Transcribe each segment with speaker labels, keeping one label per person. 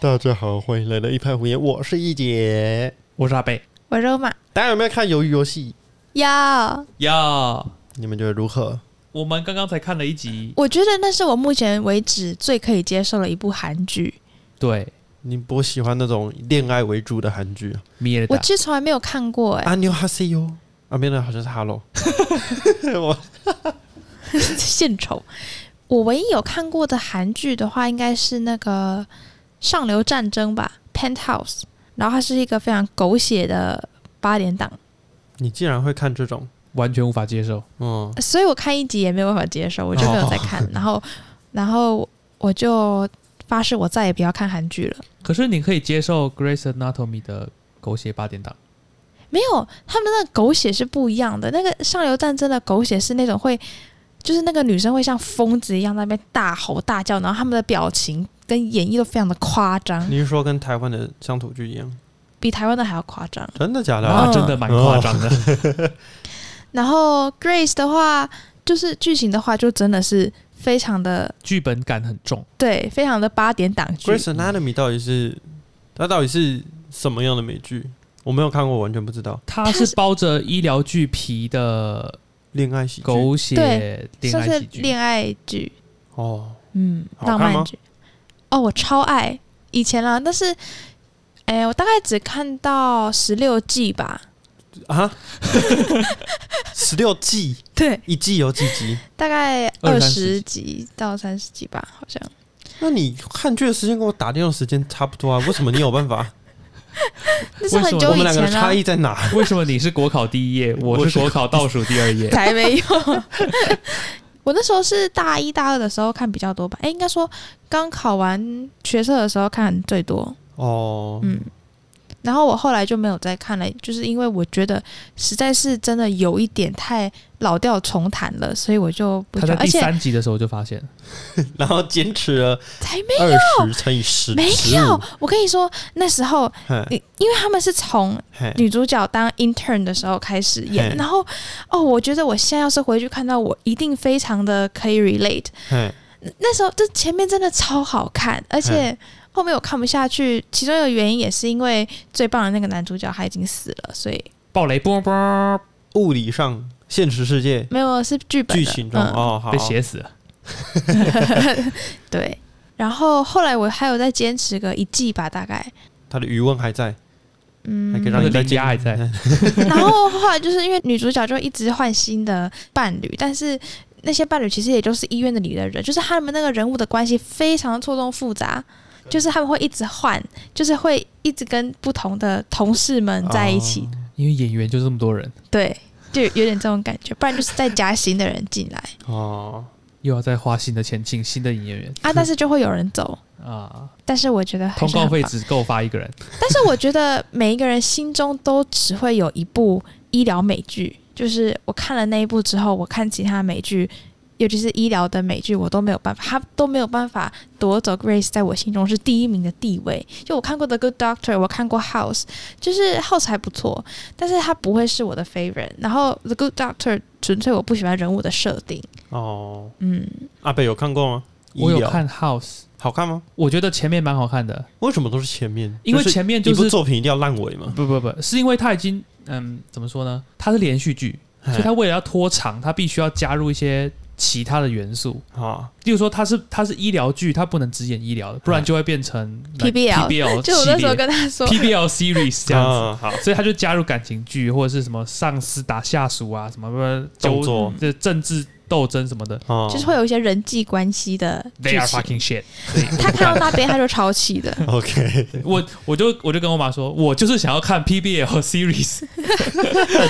Speaker 1: 大家好，欢迎来到一派胡言，我是一姐。
Speaker 2: 我是阿贝。
Speaker 3: 我肉麻
Speaker 1: 大家有没有看《鱿鱼游戏》？
Speaker 3: 要，
Speaker 2: 呀，
Speaker 1: 你们觉得如何？
Speaker 2: 我们刚刚才看了一集，
Speaker 3: 我觉得那是我目前为止最可以接受的一部韩剧。
Speaker 2: 对，
Speaker 1: 你不喜欢那种恋爱为主的韩剧啊？
Speaker 2: 米尔
Speaker 3: 我
Speaker 2: 达，
Speaker 3: 其实从来没有看过、 哎、
Speaker 1: 阿牛哈西哟，啊，没有，好像是 Hello。我
Speaker 3: 献丑。我唯一有看过的韩剧的话，应该是那个《上流战争》吧，《Penthouse》。然后它是一个非常狗血的八点档，
Speaker 1: 你竟然会看这种？
Speaker 2: 完全无法接受。
Speaker 1: 嗯，
Speaker 3: 所以我看一集也没有办法接受，我就没有再看。然后，然后我就发誓我再也不要看韩剧了。
Speaker 2: 可是你可以接受《Grace Anatomy》的狗血八点档，
Speaker 3: 没有，他们的那个狗血是不一样的。那个上流战争的狗血是那种会，就是那个女生会像疯子一样在那边大吼大叫，然后他们的表情跟演绎都非常的夸张，
Speaker 1: 你是说跟台湾的乡土剧一样？
Speaker 3: 比台湾的还要夸张。
Speaker 1: 真的假的啊？
Speaker 2: 那
Speaker 3: 嗯
Speaker 2: 真的蛮夸张的。
Speaker 3: 然后 Grace 的话，就是剧情的话，就真的是非常的
Speaker 2: 剧本感很重，
Speaker 3: 对，非常的八点档剧。
Speaker 1: Grace Anatomy 到底是它到底是什么样的美剧？我没有看过，我完全不知道。
Speaker 2: 它
Speaker 3: 它
Speaker 2: 是
Speaker 3: 是
Speaker 2: 包着医疗剧皮的
Speaker 1: 恋爱喜剧
Speaker 2: 狗血
Speaker 3: 对
Speaker 2: 恋
Speaker 3: 算
Speaker 2: 爱
Speaker 3: 是
Speaker 2: 喜剧。
Speaker 3: 恋爱剧，
Speaker 1: 哦，
Speaker 3: 嗯，
Speaker 1: 好看
Speaker 3: 浪
Speaker 1: 吗
Speaker 3: 漫剧。哦，我超爱以前啦，但是，哎、我大概只看到十六季吧。
Speaker 1: 啊，十六季，
Speaker 3: 对，
Speaker 1: 一季有几集？
Speaker 3: 大概
Speaker 2: 二
Speaker 3: 二
Speaker 2: 三十
Speaker 3: 十集到三十集吧，好像。
Speaker 1: 那你看剧的时间跟我打电话的时间差不 多啊？为什么你有办法？
Speaker 3: 那是很
Speaker 2: 为什么
Speaker 3: 久
Speaker 1: 我
Speaker 3: 以
Speaker 1: 们两个的
Speaker 3: 前啊
Speaker 1: 差
Speaker 3: 了、？
Speaker 1: 异在 哪？
Speaker 2: 为什么你是国考第 一页，我
Speaker 1: 我
Speaker 2: 是
Speaker 1: 是
Speaker 2: 国考倒数第二页
Speaker 3: 才没有。我那时候是大一、大二的时候看比较多吧，哎、应该说刚考完学测的时候看最多，
Speaker 1: 哦，
Speaker 3: 嗯。然后我后来就没有再看了，就是因为我觉得实在是真的有一点太老调重弹了，所以我就不
Speaker 2: 他
Speaker 3: 觉
Speaker 2: 在
Speaker 3: 得， 而
Speaker 2: 第
Speaker 3: 且
Speaker 2: 三集的时候就发现了，
Speaker 1: 然后坚持了
Speaker 3: 才没
Speaker 1: 二十乘以十，
Speaker 3: 没有。我跟你说，那时候
Speaker 1: 嘿
Speaker 3: 你因为他们是从
Speaker 1: 嘿
Speaker 3: 女主角当 intern 的时候开始演
Speaker 1: 嘿，
Speaker 3: 然后哦，我觉得我现在要是回去看到，我一定非常的可以 relate。
Speaker 1: 嘿，
Speaker 3: 那时候这前面真的超好看，而且后面我看不下去，其中一个原因也是因为最棒的那个男主角他已经死了，所以
Speaker 2: 暴雷波波
Speaker 1: 物理上现实世界
Speaker 3: 没有是剧本
Speaker 1: 剧
Speaker 3: 的
Speaker 1: 情中
Speaker 3: 嗯
Speaker 1: 哦，好
Speaker 2: 嗯被写死了。
Speaker 3: 对。然后后来我还有再坚持个一季吧，大概。
Speaker 1: 他的余温还在，还可以
Speaker 3: 嗯，
Speaker 1: 让你
Speaker 2: 他的
Speaker 1: 再
Speaker 2: 邻家还在
Speaker 1: 见，
Speaker 3: 然后后来就是因为女主角就一直换新的伴侣，但是那些伴侣其实也就是医院的里的人，就是他们那个人物的关系非常错综复杂，就是他们会一直换，就是会一直跟不同的同事们在一起，
Speaker 2: 因为演员就这么多人，
Speaker 3: 对，就有点这种感觉，不然就是再加新的人进来
Speaker 1: 哦。
Speaker 2: 又要再花新的钱请新的演员
Speaker 3: 啊，但是就会有人走。
Speaker 2: 啊，
Speaker 3: 但是我觉得还
Speaker 2: 通
Speaker 3: 是
Speaker 2: 告
Speaker 3: 很
Speaker 2: 费
Speaker 3: 棒，
Speaker 2: 只够发一个人。
Speaker 3: 但是我觉得每一个人心中都只会有一部医疗美剧，就是我看了那一部之后，我看其他美剧，尤其是医疗的美剧，我都没有办法，他都没有办法夺走 Grace 在我心中是第一名的地位。就我看过的 Good Doctor，我看过 House，就是 House 还不错，但是它不会是我的 favorite。然后 The Good Doctor 纯粹我不喜欢人物的设定，
Speaker 1: 哦，
Speaker 3: 嗯。
Speaker 1: 阿北有看过吗？
Speaker 2: 我
Speaker 1: 医
Speaker 2: 有
Speaker 1: 疗，
Speaker 2: 看 House，
Speaker 1: 好看吗？
Speaker 2: 我觉得前面蛮好看的，
Speaker 1: 为什么都是前面？
Speaker 2: 因为
Speaker 1: 就是
Speaker 2: 前面
Speaker 1: 一
Speaker 2: 就
Speaker 1: 部
Speaker 2: 是
Speaker 1: 作品一定要烂尾嘛，
Speaker 2: 不不不，是因为它已经嗯怎么说呢？它是连续剧，所以它为了要拖长，它必须要加入一些其他的元素。
Speaker 1: 啊，
Speaker 2: 例如说，它是它是医疗剧，它不能只演医疗的，不然就会变成
Speaker 3: PBL
Speaker 2: PBL
Speaker 3: 就我那时候跟他说，
Speaker 2: PBL series 这样子。
Speaker 1: 嗯子好
Speaker 2: 所以他就加入感情剧或者是什么上司打下属啊，什么什么
Speaker 1: 动
Speaker 2: 纠
Speaker 1: 作
Speaker 2: 这政治斗争什么的。
Speaker 1: 哦
Speaker 3: 就是会有一些人际关系的剧
Speaker 2: They are
Speaker 3: 情。
Speaker 2: fucking shit。
Speaker 3: 他看到那边他就超气的，
Speaker 1: OK，
Speaker 2: 我我就我就跟我妈说，我就是想要看 PBL series。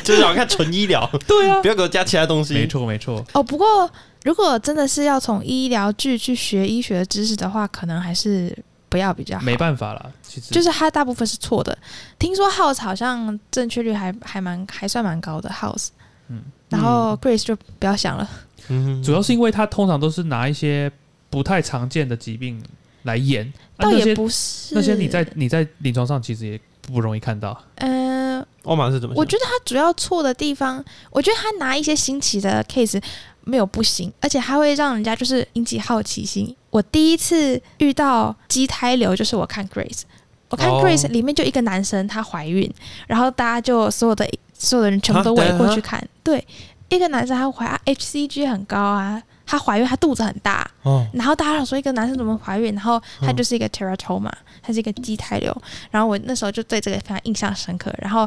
Speaker 1: 就是要看纯医疗，
Speaker 2: 对啊
Speaker 1: 不，要给我加其他东西。
Speaker 2: 没错没错，
Speaker 3: 哦，不过如果真的是要从医疗剧去学医学知识的话，可能还是不要比较好。
Speaker 2: 没办法啦，其实
Speaker 3: 就是它大部分是错的。听说 House 好像正确率还还蛮还算蛮高的 House，
Speaker 2: 嗯啊
Speaker 3: 然后 Grace 就不要想了。
Speaker 1: 嗯
Speaker 2: 主要是因为他通常都是拿一些不太常见的疾病来演，啊、
Speaker 3: 倒
Speaker 2: 那
Speaker 3: 也
Speaker 2: 些
Speaker 3: 不是
Speaker 2: 那些你在你在临床上其实也不容易看到。
Speaker 3: 嗯、
Speaker 1: 欧玛是怎么想的？
Speaker 3: 我觉得他主要错的地方，我觉得他拿一些新奇的 case，没有不行，而且它会让人家就是引起好奇心。我第一次遇到畸胎瘤，就是我看 Grace，我看
Speaker 1: 哦
Speaker 3: Grace 里面就一个男生她怀孕，然后大家就所有的所有的人全部
Speaker 1: 啊
Speaker 3: 都围过去看，对，一个男生他怀啊 HCG 很高啊，他怀孕他肚子很大，
Speaker 1: 哦，
Speaker 3: 然后大家想说一个男生怎么怀孕，然后他就是一个 teratoma，他是一个畸胎瘤。然后我那时候就对这个非常印象深刻。然后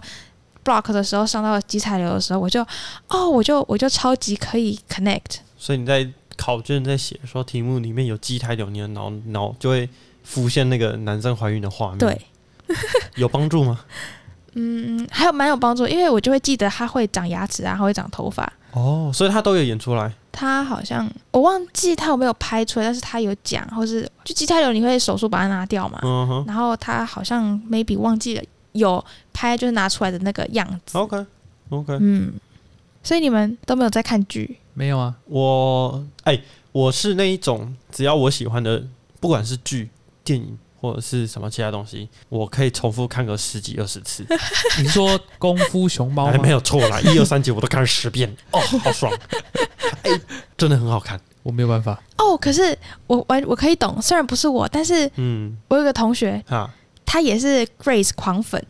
Speaker 3: block 的时候上到畸胎瘤的时候，我就哦，我就我就超级可以 connect。
Speaker 1: 所以你在考卷在写的时候，题目里面有畸胎瘤，你的脑脑就会浮现那个男生怀孕的画面。
Speaker 3: 对，，
Speaker 1: 有帮助吗？
Speaker 3: 嗯，还有蛮有帮助，因为我就会记得他会长牙齿啊，他会长头发。
Speaker 1: 哦，所以他都有演出来。
Speaker 3: 他好像我忘记他有没有拍出来，但是他有讲，或是就畸胎瘤你会手术把它拿掉嘛？
Speaker 1: 嗯哼
Speaker 3: 然后他好像 maybe 忘记了有拍，就是拿出来的那个样子。
Speaker 1: ，OK OK，
Speaker 3: 嗯，所以你们都没有在看剧，
Speaker 2: 没有啊，
Speaker 1: 我哎、我是那一种只要我喜欢的，不管是剧、电影或者是什么其他东西，我可以重复看个十几二十次。
Speaker 2: 你是说功夫熊猫
Speaker 1: 哎，
Speaker 2: 吗？
Speaker 1: 没有错啦，一二三集我都看了十遍，哦，好爽！哎、真的很好看。
Speaker 2: 我没有办法。
Speaker 3: 哦，可是我完我可以懂，虽然不是我，但是
Speaker 1: 嗯
Speaker 3: 我有个同学，
Speaker 1: 哈，
Speaker 3: 他也是 Grace 狂粉，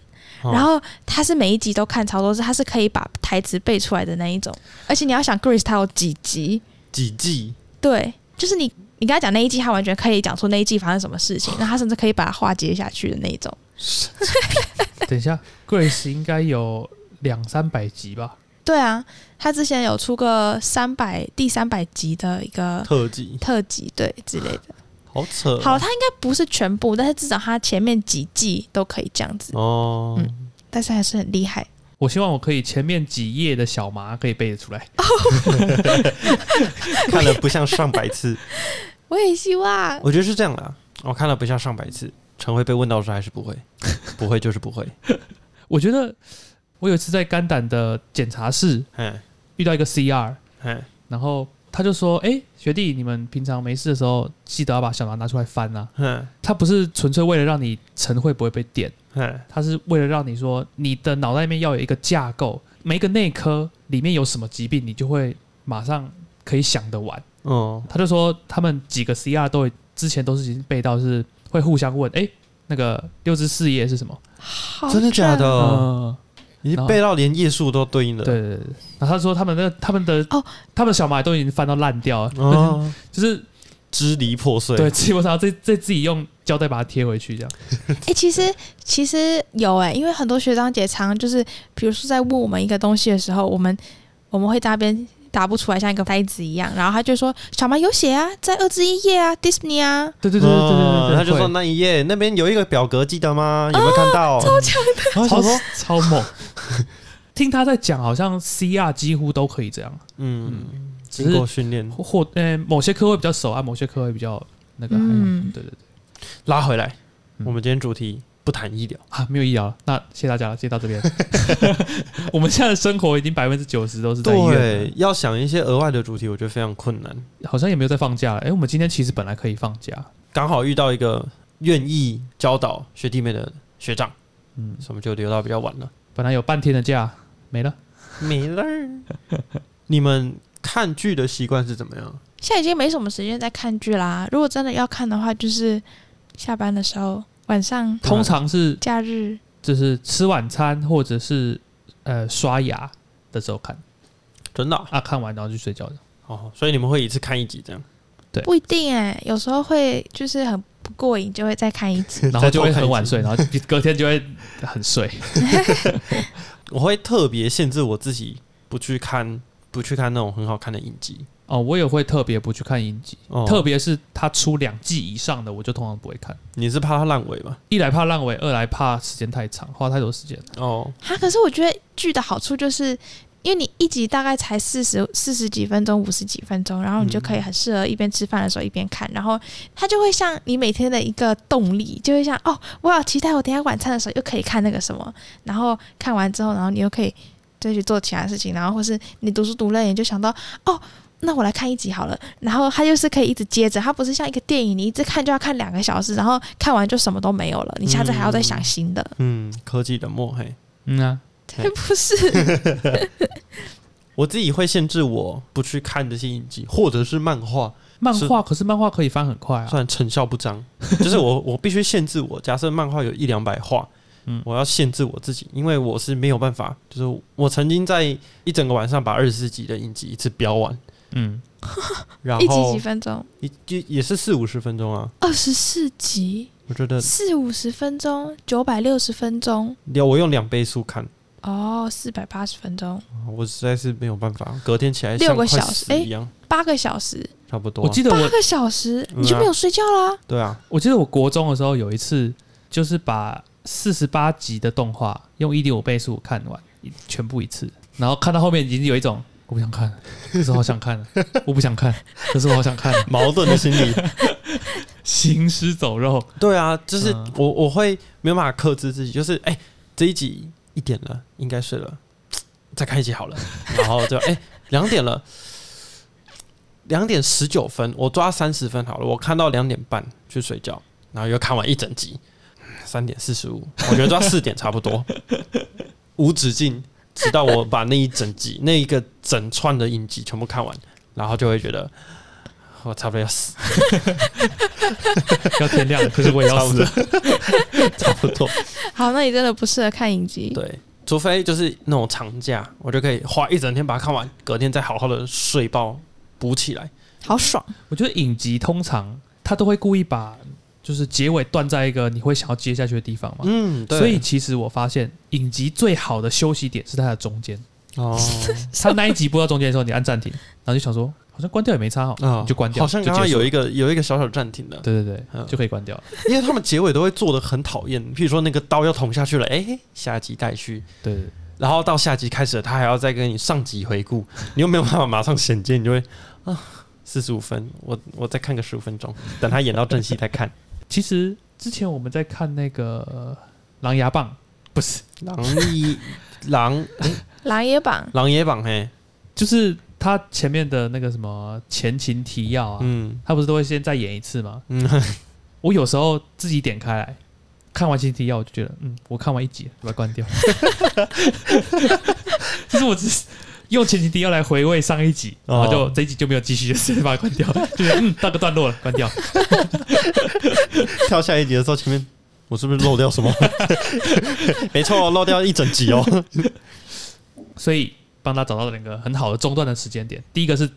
Speaker 1: 哦
Speaker 3: 然后他是每一集都看超多次，他是可以把台词背出来的那一种，而且你要想 Grace 他有几集，
Speaker 1: 几季
Speaker 3: 对，就是你你跟他讲那一季，他完全可以讲出那一季发生什么事情，那他甚至可以把它化解下去的那一种。
Speaker 2: 等一 下，Grace 应该有两三百集吧？
Speaker 3: 对啊，他之前有出个三百第三百集的一个
Speaker 1: 特技，
Speaker 3: 特辑，对之类的。
Speaker 1: 好扯哦、
Speaker 3: 好，它应该不是全部，但是至少它前面几季都可以这样子，
Speaker 1: 哦，
Speaker 2: 嗯
Speaker 3: 但是还是很厉害。
Speaker 2: 我希望我可以前面几页的小麻可以背得出来。
Speaker 1: 看了不像上百次，
Speaker 3: 我也希望，
Speaker 1: 我觉得是这样的，我看了不像上百次。陈慧被问到的时候还是不会，不会就是不 会。
Speaker 2: 我觉得我有一次在肝胆的检查室
Speaker 1: 哎
Speaker 2: 遇到一个 CR，
Speaker 1: 哎，
Speaker 2: 然后他就说：“哎、学弟，你们平常没事的时候，记得要把小麻拿出来翻啊。
Speaker 1: 嗯”
Speaker 2: 他不是纯粹为了让你晨会不会被电，
Speaker 1: 嗯，
Speaker 2: 他是为了让你说你的脑袋里面要有一个架构，每个内科里面有什么疾病，你就会马上可以想得完。
Speaker 1: 哦，
Speaker 2: 他就说他们几个 CR 都之前都是已经背到是会互相问，哎、那个六至四页是什么？
Speaker 3: 好
Speaker 1: 真的假的？
Speaker 3: 赞
Speaker 2: 嗯，
Speaker 1: 已经背到连页数都对应了。
Speaker 2: 对，对对。然后他说他们那他们的
Speaker 3: 哦，
Speaker 2: 他们的小麻都已经翻到烂掉了，
Speaker 1: 哦，
Speaker 2: 就是
Speaker 1: 支离破碎。
Speaker 2: 对，基本上再再自己用胶带把它贴回去，这样。
Speaker 3: 哎、其实其实有哎、因为很多学长姐常就是，比如说在问我们一个东西的时候，我们我们会在那边答不出来，像一个呆子一样，然后他就说：“小麻有写啊，在二至一页啊，Disney 啊。
Speaker 2: 对对对对对对
Speaker 1: 嗯
Speaker 2: 对，啊
Speaker 1: 他就说
Speaker 2: 会
Speaker 1: 那一页那边有一个表格，记得吗？有没有看到？超强的，我想说，
Speaker 2: 超超猛。听他在讲，好像 CR 几乎都可以这样，
Speaker 1: 嗯，
Speaker 2: 只
Speaker 1: 经
Speaker 2: 是
Speaker 1: 过训练
Speaker 2: 或或呃某些科会比较熟啊，某些科会比较那个还好。
Speaker 3: 嗯
Speaker 2: 对对对，
Speaker 1: 拉回来，
Speaker 2: 嗯
Speaker 1: 我们今天主题不谈医疗，
Speaker 2: 啊，没有医疗了，那谢谢大家了，谢谢到这 边。我们现在的生活已经百分之九十都是在医院
Speaker 1: 对，要想一些额外的主题，我觉得非常困难。
Speaker 2: 了，好像也没有在放假了。哎、我们今天其实本来可以放假，
Speaker 1: 刚好遇到一个愿意教导学弟妹的学长，
Speaker 2: 嗯，
Speaker 1: 所以我们就留到比较晚了，
Speaker 2: 本来有半天的假没了。
Speaker 1: 没了。 你们看剧的习惯是怎么样？”
Speaker 3: 现在已经没什么时间在看剧啦。如果真的要看的话，就是下班的时候，晚上、
Speaker 1: 啊
Speaker 2: 通常是
Speaker 3: 假日。
Speaker 2: 就是吃晚餐或者是呃刷牙的时候看
Speaker 1: 真的啊、
Speaker 2: 啊，看完然后去睡觉的。
Speaker 1: 哦，所以你们会一次看一集这样，
Speaker 2: 对
Speaker 3: 不一定哎、有时候会就是很不过瘾，就会再看一次。
Speaker 2: 然后就会
Speaker 1: 再多看一
Speaker 2: 很
Speaker 1: 集
Speaker 2: 晚睡，然后隔天就 会很睡。
Speaker 1: 我会特别限制我自己不去看，不去看那种很好看的影集。
Speaker 2: 哦，我也会特别不去看影集，
Speaker 1: 哦，
Speaker 2: 特别是它出两季以上的，我就通常不会看。
Speaker 1: 你是怕它烂尾吧？
Speaker 2: 一来怕烂尾，二来怕时间太长，花太多时间。
Speaker 1: 哦，
Speaker 3: 哈，可是我觉得剧的好处就是，因为你一集大概才四十四十几分钟、五十几分钟，然后你就可以很适合一边吃饭的时候一边看，然后它就会像你每天的一个动力，就会像哦，我好期待我等一下晚餐的时候又可以看那个什么，然后看完之后，然后你又可以再去做其他事情，然后或是你读书读累，你就想到哦。那我来看一集好了，然后它就是可以一直接着，它不是像一个电影，你一直看就要看两个小时，然后看完就什么都没有了，你下次还要再想新的，
Speaker 2: 嗯
Speaker 1: 嗯，科技冷漠，嘿，
Speaker 2: 嗯啊，
Speaker 1: 嗯
Speaker 3: 不是？
Speaker 1: 我自己会限制我不去看这些影集或者是漫画，
Speaker 2: 漫画可是漫画可以翻很快啊，
Speaker 1: 虽然成效不彰， 就是我我必须限制我。假设漫画有一两百画，
Speaker 2: 嗯
Speaker 1: 我要限制我自己，因为我是没有办法，就是我曾经在一整个晚上把二十四集的影集一次标完，
Speaker 2: 嗯，
Speaker 1: 然
Speaker 3: 一集
Speaker 1: 后
Speaker 3: 几分钟？
Speaker 1: 一就也是四五十分钟啊，
Speaker 3: 二十四集，
Speaker 1: 我觉得
Speaker 3: 四五十分钟，九百六十分钟，
Speaker 1: 我用两倍速看，
Speaker 3: 哦，四百八十分钟，
Speaker 1: 我实在是没有办法，隔天起来像
Speaker 3: 六个
Speaker 1: 快
Speaker 3: 小时
Speaker 1: 死一样，
Speaker 3: 八个小时，
Speaker 1: 差不多啊、
Speaker 2: 我记得
Speaker 3: 八
Speaker 2: 我
Speaker 3: 个小时，
Speaker 1: 嗯啊
Speaker 3: 你就没有睡觉啦？
Speaker 1: 对啊，
Speaker 2: 我记得我国中的时候有一次，就是把四十八集的动画用一点五倍速看完一全部一次，然后看到后面已经有一种我不想看，可是好想看，我不想看，可是我好想看，
Speaker 1: 矛盾的心理。
Speaker 2: 行尸走肉，
Speaker 1: 对啊，就是
Speaker 2: 嗯
Speaker 1: 我我会没有办法克制自己，就是哎、这一集一点了，应该睡了，再看一集好了。 然后就哎两、点了，两点十九分，我抓三十分好了，我看到两点半去睡觉，然后又看完一整集，三点四十五，我觉得抓四点差不多，无止境，直到我把那一整集那一个整串的影集全部看完，然后就会觉得我差不多要死。
Speaker 2: 要天亮了，可是我也要死了，
Speaker 1: 差不多。
Speaker 3: 好，那你真的不适合看影集。
Speaker 1: 对，除非就是那种长假，我就可以花一整天把它看完，隔天再好好的睡爆补起来。
Speaker 3: 好爽，
Speaker 2: 我觉得影集通常他都会故意把就是结尾断在一个你会想要接下去的地方嘛。
Speaker 1: 嗯，对。
Speaker 2: 所以其实我发现，影集最好的休息点是它的中间。
Speaker 1: 哦，
Speaker 2: 它那一集播到中间的时候，你按暂停，然后就想说，好像关掉也没差哦，
Speaker 1: 啊
Speaker 2: 你就关掉，
Speaker 1: 好像
Speaker 2: 就
Speaker 1: 刚刚
Speaker 2: 结束
Speaker 1: 有一个有一个小小暂停的，
Speaker 2: 对对对，
Speaker 1: 嗯
Speaker 2: 就可以关掉了。
Speaker 1: 因为他们结尾都会做的很讨厌，譬如说那个刀要捅下去了，哎、下集待续。
Speaker 2: 对对对
Speaker 1: 然后到下集开始了，他还要再跟你上集回 顾，你又没有办法马上衔接，你就会啊，四十五分，我我再看个十五分钟，等他演到正戏再看。
Speaker 2: 其实之前我们在看那个呃《狼牙棒》，不是，
Speaker 1: 狼一 狼
Speaker 3: 《琅琊榜》
Speaker 1: 狼爷榜嘿，
Speaker 2: 就是他前面的那个什么前情提要啊，
Speaker 1: 嗯
Speaker 2: 他不是都会先再演一次吗？
Speaker 1: 嗯，
Speaker 2: 我有时候自己点开来。看完前情提要，我就觉得，嗯，我看完一集了，把它关掉。 就是我只是用前情提要来回味上一集，然后就
Speaker 1: 哦
Speaker 2: 这一集就没有继续，直接把它关掉，就是嗯，到个段落了，关掉。
Speaker 1: 跳下一集的时候，前面我是不是漏掉什 么？没错，漏掉一整集哦。
Speaker 2: 所以帮他找到了两个很好的中断的时间点。第一个是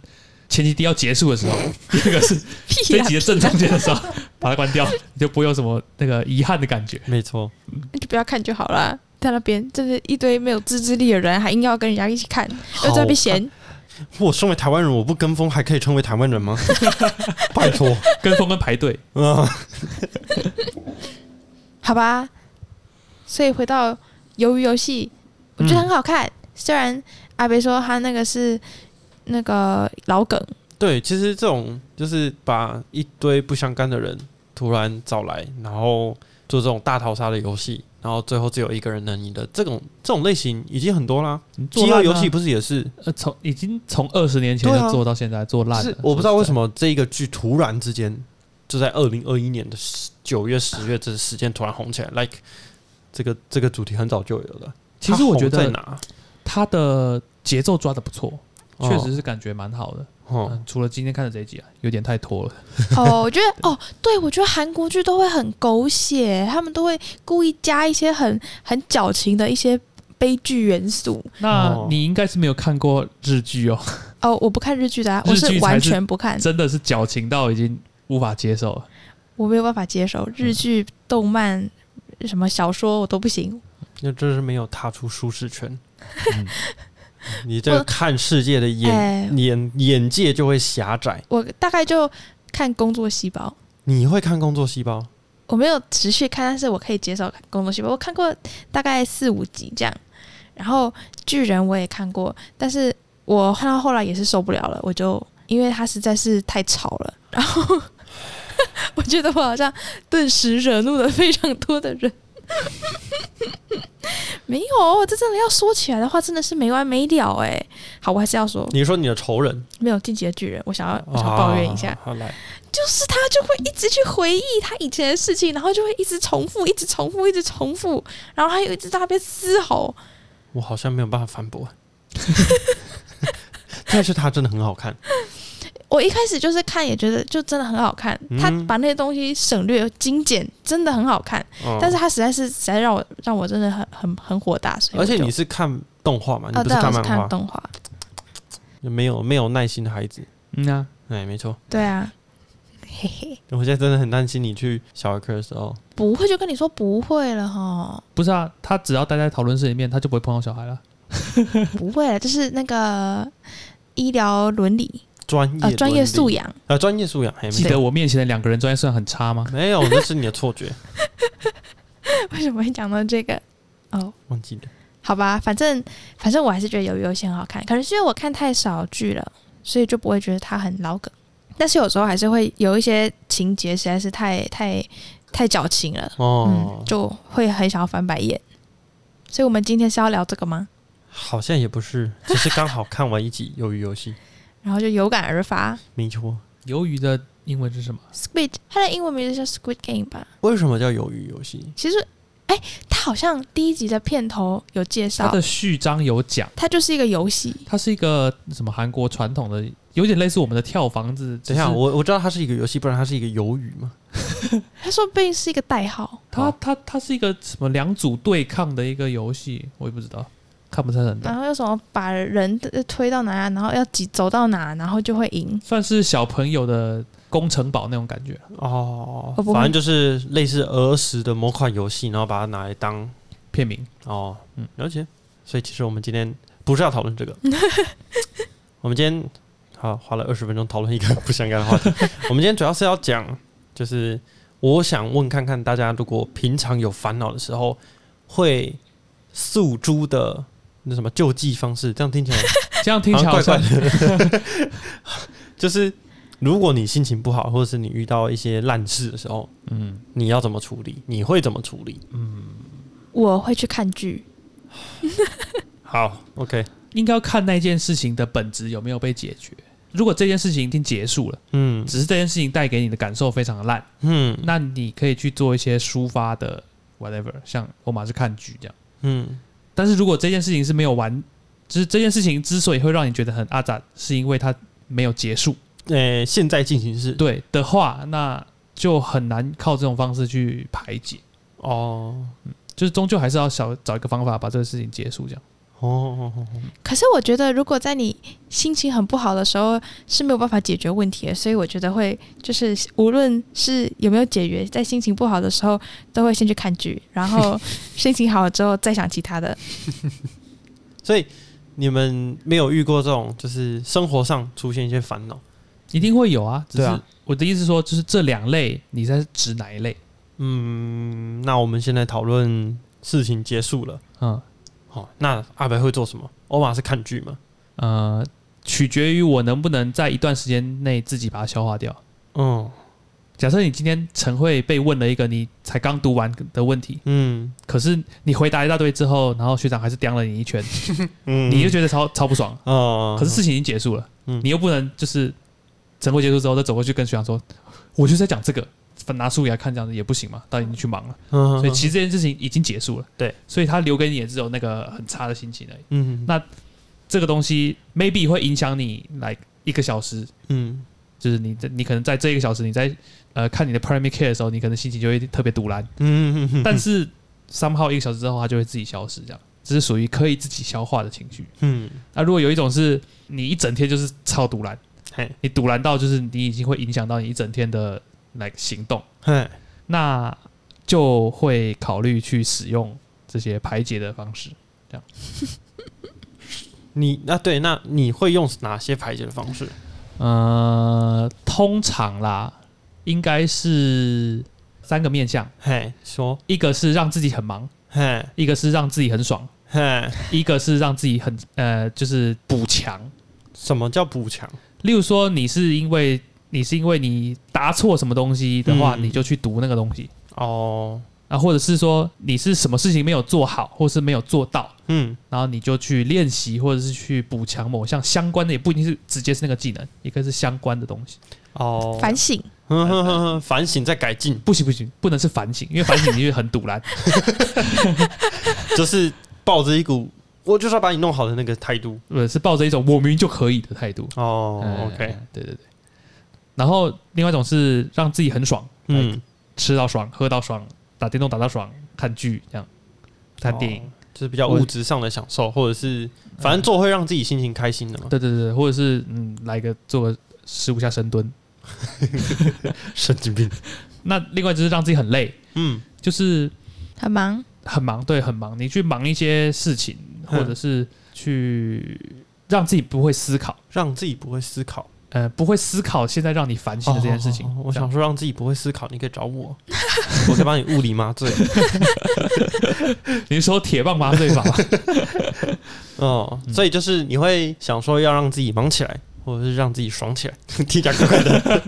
Speaker 2: 前期低要结束的时 候，第二个是
Speaker 3: 屁
Speaker 2: 这
Speaker 3: 啦
Speaker 2: 集的正中间的时候，把它关掉，你就不会有什么那个遗憾的感觉。
Speaker 1: 没错，
Speaker 3: 那就不要看就好啦。在那边真是一堆没有自制力的人，还硬要跟人家一起看，又在被嫌。
Speaker 1: 我身为台湾人，我不跟风还可以称为台湾 人吗？拜托，
Speaker 2: 跟风跟排队，
Speaker 1: 啊，
Speaker 3: 好吧，所以回到《鱿鱼游戏》，我觉得很好看。虽然阿北说他那个是那个老梗，
Speaker 1: 对，其实这种就是把一堆不相干的人突然找来，然后做这种大逃杀的游戏，然后最后只有一个人能赢的这种这种类型已经很多啦。
Speaker 2: 做
Speaker 1: 饥
Speaker 2: 烂
Speaker 1: 饿游
Speaker 2: 啊
Speaker 1: 戏不是也是？
Speaker 2: 呃，从已经从二十年前
Speaker 1: 对啊
Speaker 2: 就做到现在，做烂
Speaker 1: 是
Speaker 2: 了。
Speaker 1: 我不知道为什
Speaker 2: 么，
Speaker 1: 么这一个剧突然之间就在二零二一年的九月、十月这时间突然红起来，like 这个这个主题很早就有了。
Speaker 2: 其实我觉
Speaker 1: 它红在
Speaker 2: 得
Speaker 1: 哪？
Speaker 2: 他的节奏抓的不错，确
Speaker 1: 哦
Speaker 2: 实是感觉蛮好的。
Speaker 1: 哦，
Speaker 2: 嗯，除了今天看的这一集啊，有点太拖 了。
Speaker 3: 哦，我觉得哦，对，我觉得韩国剧都会很狗血，他们都会故意加一些很很矫情的一些悲剧元素。
Speaker 2: 那
Speaker 1: 哦
Speaker 2: 你应该是没有看过日剧哦，
Speaker 3: 哦，我不看日剧的、啊，
Speaker 2: 日
Speaker 3: 我
Speaker 2: 剧才
Speaker 3: 是
Speaker 2: 是
Speaker 3: 完全不看，
Speaker 2: 真的是矫情到已经无法接受了。
Speaker 3: 我没有办法接受日剧、动漫、什么小说，我都不行。
Speaker 1: 那真是没有踏出舒适圈。
Speaker 2: 嗯
Speaker 1: 你这个
Speaker 3: 我
Speaker 1: 看世界的眼、
Speaker 3: 哎
Speaker 1: 眼眼界就会狭窄。
Speaker 3: 我大概就看《工作细胞》，
Speaker 1: 你会看工作细胞？
Speaker 3: 我没有持续看，但是我可以接受看《工作细胞》，我看过大概四五集这样。然后巨人我也看过，但是我看到后来也是受不了了，我就因为它实在是太吵了， 然后我觉得我好像顿时惹怒了非常多的人。没有，这真的要说起来的话，真的是没完没了哎、好，我还是要说，
Speaker 1: 你说你的仇人？
Speaker 3: 没有晋级的巨人，我想要我想要抱怨一下
Speaker 1: 啊，好来，
Speaker 3: 就是他就会一直去回忆他以前的事情，然后就会一直重复，一直重复，一直重复，然后他又一直在那边嘶吼。
Speaker 1: 我好像没有办法反驳。但是它真的很好看。
Speaker 3: 我一开始就是看也觉得就真的很好看，
Speaker 1: 嗯
Speaker 3: 他把那些东西省略精简，真的很好看。
Speaker 1: 嗯
Speaker 3: 但是他实在是实在让我让我真的很很很火大，所以
Speaker 1: 而
Speaker 3: 我就
Speaker 1: 且你是看动画嘛？你
Speaker 3: 哦，
Speaker 1: 不
Speaker 3: 对，我
Speaker 1: 看
Speaker 3: 是
Speaker 1: 漫
Speaker 3: 看
Speaker 1: 画？
Speaker 3: 动画，
Speaker 1: 没有没有耐心的孩子，
Speaker 2: 嗯啊，
Speaker 1: 哎，没错。
Speaker 3: 对啊，嘿嘿，
Speaker 1: 我现在真的很担心你去小儿科的时候，
Speaker 3: 不会就跟你说不会 了哈，
Speaker 2: 不是啊，他只要待在讨论室里面，他就不会碰到小孩了。
Speaker 3: 不会了，就是那个医疗伦理
Speaker 1: 专业
Speaker 3: 呃专业素
Speaker 1: 养
Speaker 3: 养，
Speaker 1: 啊，专业素养，哎，
Speaker 2: 记
Speaker 1: 没
Speaker 2: 得
Speaker 1: 错
Speaker 2: 我面前的两个人专业素养很差吗？
Speaker 1: 没有，那是你的错 觉，
Speaker 3: 为什么会讲到这个？哦，
Speaker 1: 忘记了。
Speaker 3: 好吧，反正反正我还是觉得《鱿鱼游戏》很好看，可能是因为我看太少剧了，所以就不会觉得它很老梗。但是有时候还是会有一些情节实在是太太太矫情了，
Speaker 1: 哦
Speaker 3: 嗯，，就会很想要翻白眼。所以我们今天是要聊这个吗？
Speaker 1: 好像也不是，只是刚好看完一集《鱿鱼游戏》，
Speaker 3: 然后就有感而发
Speaker 1: 没错。
Speaker 2: 鱿鱼的英文是什么？
Speaker 3: ，Squid，它的英文名字叫 Squid Game 吧？
Speaker 1: 为什么叫鱿鱼游戏？
Speaker 3: 其实，哎，它好像第一集的片头有介
Speaker 2: 它
Speaker 3: 绍
Speaker 2: 的，序章有讲，
Speaker 3: 它就是一个游戏，
Speaker 2: 它是一个什么韩国传统的，有点类似我们的跳房子。
Speaker 1: 等一下，
Speaker 2: 只是
Speaker 1: 我我知道它是一个游戏，不然它是一个鱿鱼嘛。
Speaker 3: 它说不定是一个代号，
Speaker 2: 它它它是一个什么两组对抗的一个游戏，我也不知道，看不太很懂
Speaker 1: 啊
Speaker 3: 然。后有什么把人呃推到哪，然后要挤走到哪，然后就会赢。
Speaker 2: 算是小朋友的工城堡那种感觉。
Speaker 1: 哦
Speaker 3: 我不，会
Speaker 1: 反正就是类似儿时的某款游戏，然后把它拿来当
Speaker 2: 片名
Speaker 1: 哦，嗯
Speaker 2: 嗯，
Speaker 1: 了解。所以其实我们今天不是要讨论这个，我们今天好花了二十分钟讨论一个不相干的话题。我们今天主要是要讲，就是我想问看看大家，如果平常有烦恼的时候，会诉诸的那什么救济方式，这样听起来
Speaker 2: 这样听起来
Speaker 1: 好
Speaker 2: 好
Speaker 1: 像
Speaker 2: 像
Speaker 1: 啊怪怪的。就是如果你心情不好，或者是你遇到一些烂事的时候，
Speaker 2: 嗯，
Speaker 1: 你要怎么处理？你会怎么处理？
Speaker 3: 我会去看剧，
Speaker 1: 好，OK，
Speaker 2: 应该要看那件事情的本质有没有被解决。如果这件事情已经结束了，
Speaker 1: 嗯
Speaker 2: 只是这件事情带给你的感受非常的烂，
Speaker 1: 嗯
Speaker 2: 那你可以去做一些抒发的 whatever，像我马是看剧这样。
Speaker 1: 嗯，
Speaker 2: 但是如果这件事情是没有完，就是这件事情之所以会让你觉得很阿杂，是因为它没有结束，
Speaker 1: 呃，现在进行式
Speaker 2: 对的话，那就很难靠这种方式去排解。
Speaker 1: 哦
Speaker 2: 就是终究还是要想找一个方法把这个事情结束，这样。
Speaker 1: 哦哦哦哦
Speaker 3: 可是我觉得，如果在你心情很不好的时候是没有办法解决问题的，所以我觉得会就是无论是有没有解决，在心情不好的时候都会先去看剧，然后心情好了之后再想其他的。
Speaker 1: 所以你们没有遇过这种，就是生活上出现一些烦恼，
Speaker 2: 一定会有啊，只
Speaker 1: 对
Speaker 2: 是
Speaker 1: 啊
Speaker 2: 我的意思是说，就是这两类，你在指哪一类？
Speaker 1: 嗯，那我们现在讨论事情结束了，
Speaker 2: 嗯
Speaker 1: 好、那阿白会做什么？欧玛是看剧吗？
Speaker 2: 呃，取决于我能不能在一段时间内自己把它消化掉。
Speaker 1: 嗯
Speaker 2: 假设你今天晨会被问了一个你才刚读完的问题，
Speaker 1: 嗯
Speaker 2: 可是你回答一大堆之后，然后学长还是刁了你一圈，
Speaker 1: 嗯
Speaker 2: 你就觉得超超不爽。
Speaker 1: 哦，
Speaker 2: 可是事情已经结束了，
Speaker 1: 嗯
Speaker 2: 你又不能就是晨会结束之后再走过去跟学长说，我就是在讲这个，拿书给他看这样子也不行嘛，到底你去忙了。
Speaker 1: 嗯，
Speaker 2: 所以其实这件事情已经结束了，
Speaker 1: 对，
Speaker 2: 所以他留给你也只有那个很差的心情而已。
Speaker 1: 嗯
Speaker 2: 那这个东西 maybe 会影响你来一个小时，
Speaker 1: 嗯
Speaker 2: 就是你在你可能在这一个小时你在呃看你的 primary care 的时候，你可能心情就会特别堵然，
Speaker 1: 嗯嗯，
Speaker 2: 但是 somehow 一个小时之后它就会自己消失，这样这是属于可以自己消化的情绪。
Speaker 1: 嗯
Speaker 2: 那如果有一种是你一整天就是超堵然，
Speaker 1: 嘿
Speaker 2: 你堵然到就是你已经会影响到你一整天的来行动。
Speaker 1: 嘿
Speaker 2: 那就会考虑去使用这些排解的方式。
Speaker 1: 你那对，那你会用哪些排解的方式？
Speaker 2: 呃，通常啦，应该是三个面向，
Speaker 1: 嘿，说
Speaker 2: 一个是让自己很忙，
Speaker 1: 嘿
Speaker 2: 一个是让自己很爽，
Speaker 1: 嘿，
Speaker 2: 一个是让自己很呃，就是补强。
Speaker 1: 什么叫补强？
Speaker 2: 例如说，你是因为你是因为你答错什么东西的话，
Speaker 1: 嗯
Speaker 2: 你就去读那个东西。
Speaker 1: 哦，
Speaker 2: 啊，或者是说你是什么事情没有做好，或是没有做到，
Speaker 1: 嗯。
Speaker 2: 然后你就去练习，或者是去补强某项相关的，也不一定是直接是那个技能，也可以是相关的东西。
Speaker 1: 哦，
Speaker 3: 反省，
Speaker 1: 哼哼哼哼反省再改进，
Speaker 2: 不行不行，不能是 反省，因为反省你就会很堵然。
Speaker 1: 就是抱着一股我就是要把你弄好的那个态度。
Speaker 2: 呃，是抱着一种我明明就可以的态度。
Speaker 1: 哦
Speaker 2: 嗯
Speaker 1: ，OK，
Speaker 2: 对对对。然后另外一种是让自己很爽，嗯，
Speaker 1: 嗯，
Speaker 2: 吃到爽，喝到爽，打电动打到爽，看剧这样，看电
Speaker 1: 哦
Speaker 2: 影，
Speaker 1: 就是比较物质上的享受，或者是反正做会让自己心情开心的嘛。
Speaker 2: 对对对，或者是嗯，来个做个十五下深蹲。
Speaker 1: 神经病。
Speaker 2: 那另外就是让自己很累，
Speaker 1: 嗯，
Speaker 2: 就是
Speaker 3: 很忙，
Speaker 2: 很忙，对，很忙，你去忙一些事情，
Speaker 1: 嗯
Speaker 2: 或者是去让自己不会思考，
Speaker 1: 让自己不会思考
Speaker 2: 呃，不会思考现在让你烦心的这件事情。
Speaker 1: 哦哦哦我
Speaker 2: 这样
Speaker 1: 想说让自己不会思考，你可以找我，我可以帮你物理麻醉。
Speaker 2: 你是说铁棒麻醉 法吗？
Speaker 1: 哦，所以就是你会想说要让自己忙起来，或者是让自己爽起来，听起来怪怪的，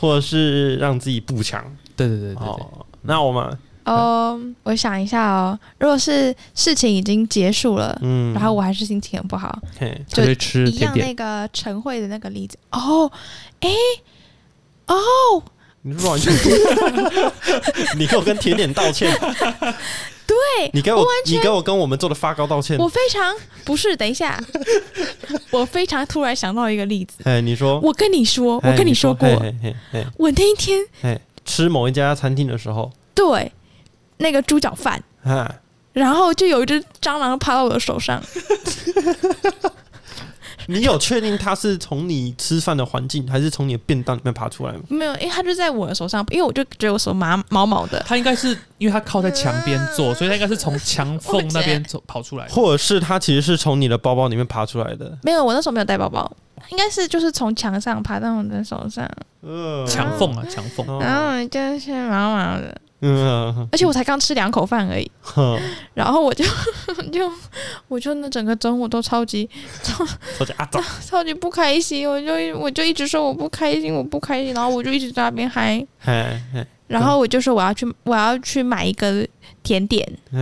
Speaker 1: 或者是让自己不强。
Speaker 2: 对对对对对，
Speaker 1: 哦，那我们
Speaker 3: 哦，我想一下哦，如果是事情已经结束了，
Speaker 1: 嗯，
Speaker 3: 然后我还是心情很不好，
Speaker 1: 嘿，
Speaker 2: 就会吃
Speaker 3: 一
Speaker 2: 甜
Speaker 3: 样
Speaker 2: 点，
Speaker 3: 那个晨慧的那个例子，哦，
Speaker 1: 你是不是完全， 你给我跟甜点道歉，
Speaker 3: 对，
Speaker 1: 你给
Speaker 3: 我
Speaker 1: 我
Speaker 3: 完，
Speaker 1: 你给我跟我们做的发糕道歉
Speaker 3: 我。非常不是，等一 下，我非常突然想到一个例子，
Speaker 1: 哎，你说，
Speaker 3: 我跟你说，
Speaker 1: 哎
Speaker 3: 我跟
Speaker 1: 你
Speaker 3: 说过，
Speaker 1: 嘿嘿嘿嘿
Speaker 3: 我那一天
Speaker 1: 嘿，吃某一家餐厅的时候，
Speaker 3: 对那个猪脚饭，
Speaker 1: 啊，
Speaker 3: 然后就有一只蟑螂爬到我的手上，
Speaker 1: 你有确定它是从你吃饭的环境，还是从你的便当里面爬出来吗？
Speaker 3: 没有，因为它就在我的手上，因为我就觉得我手麻毛毛的，
Speaker 2: 它应该是因为它靠在墙边坐，所以它应该是从墙缝那边走跑出来的。
Speaker 1: 或者是它其实是从你的包包里面爬出来的？
Speaker 3: 没有，我那时候没有带包包，应该是就是从墙上爬到我的手上，
Speaker 1: 呃
Speaker 2: 墙缝啊，墙缝，
Speaker 3: 然
Speaker 1: 哦
Speaker 3: 后就是毛毛的，
Speaker 1: 嗯，
Speaker 3: 而且我才刚吃两口饭而已，
Speaker 1: 哼
Speaker 3: 然后我就就我就那整个中午都超级
Speaker 1: 我就啊，走
Speaker 3: 超级不开心，我就我就一直说我不开心，我不开心，然后我就一直在那边嗨，
Speaker 1: 嘿嘿
Speaker 3: 然后我就说我要去我要去买一个甜点，
Speaker 1: 嘿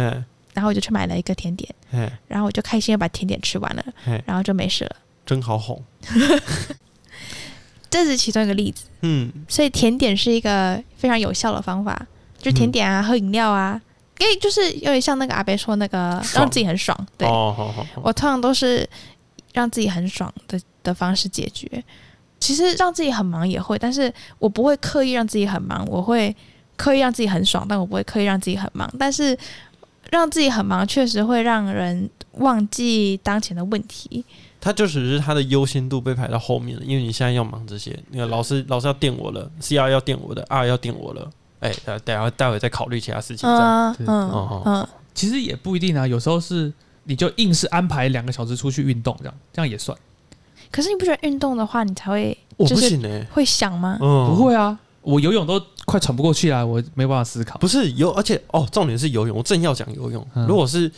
Speaker 3: 然后我就去买了一个甜点，
Speaker 1: 嘿，
Speaker 3: 然后我就开心的把甜点吃完了
Speaker 1: 嘿，
Speaker 3: 然后就没事了。
Speaker 1: 真好哄。
Speaker 3: 这是其中一个例子，
Speaker 1: 嗯，
Speaker 3: 所以甜点是一个非常有效的方法，就
Speaker 1: 嗯
Speaker 3: 甜点啊，喝饮料啊，因为就是有点像那个阿贝说那个
Speaker 1: 爽
Speaker 3: 让自己很爽，对、
Speaker 1: 哦，好好好，
Speaker 3: 我通常都是让自己很爽的的方式解决。其实让自己很忙也会，但是我不会刻意让自己很忙，我会刻意让自己很爽，但我不会刻意让自己很忙。但是让自己很忙确实会让人忘记当前的问题。
Speaker 1: 它就只是它的优先度被排到后面了，因为你现在要忙这些，那个老师老师要电我了，C R 要电我的，R 要电我了，哎，待待会待会再考虑其他事情。这样
Speaker 3: 嗯
Speaker 2: 对
Speaker 3: 嗯
Speaker 1: 哦
Speaker 3: 嗯，
Speaker 2: 其实也不一定啊，有时候是你就硬是安排两个小时出去运动，这样这样也算。
Speaker 3: 可是你不觉得运动的话，你才会
Speaker 1: 我
Speaker 3: 就
Speaker 1: 不
Speaker 3: 是
Speaker 1: 行哎，
Speaker 3: 会想吗？
Speaker 1: 嗯，
Speaker 2: 不会啊，我游泳都快喘不过气来，我没办法思考。
Speaker 1: 不是游，而且哦，重点是游泳。我正要讲游泳，
Speaker 2: 嗯
Speaker 1: 如果是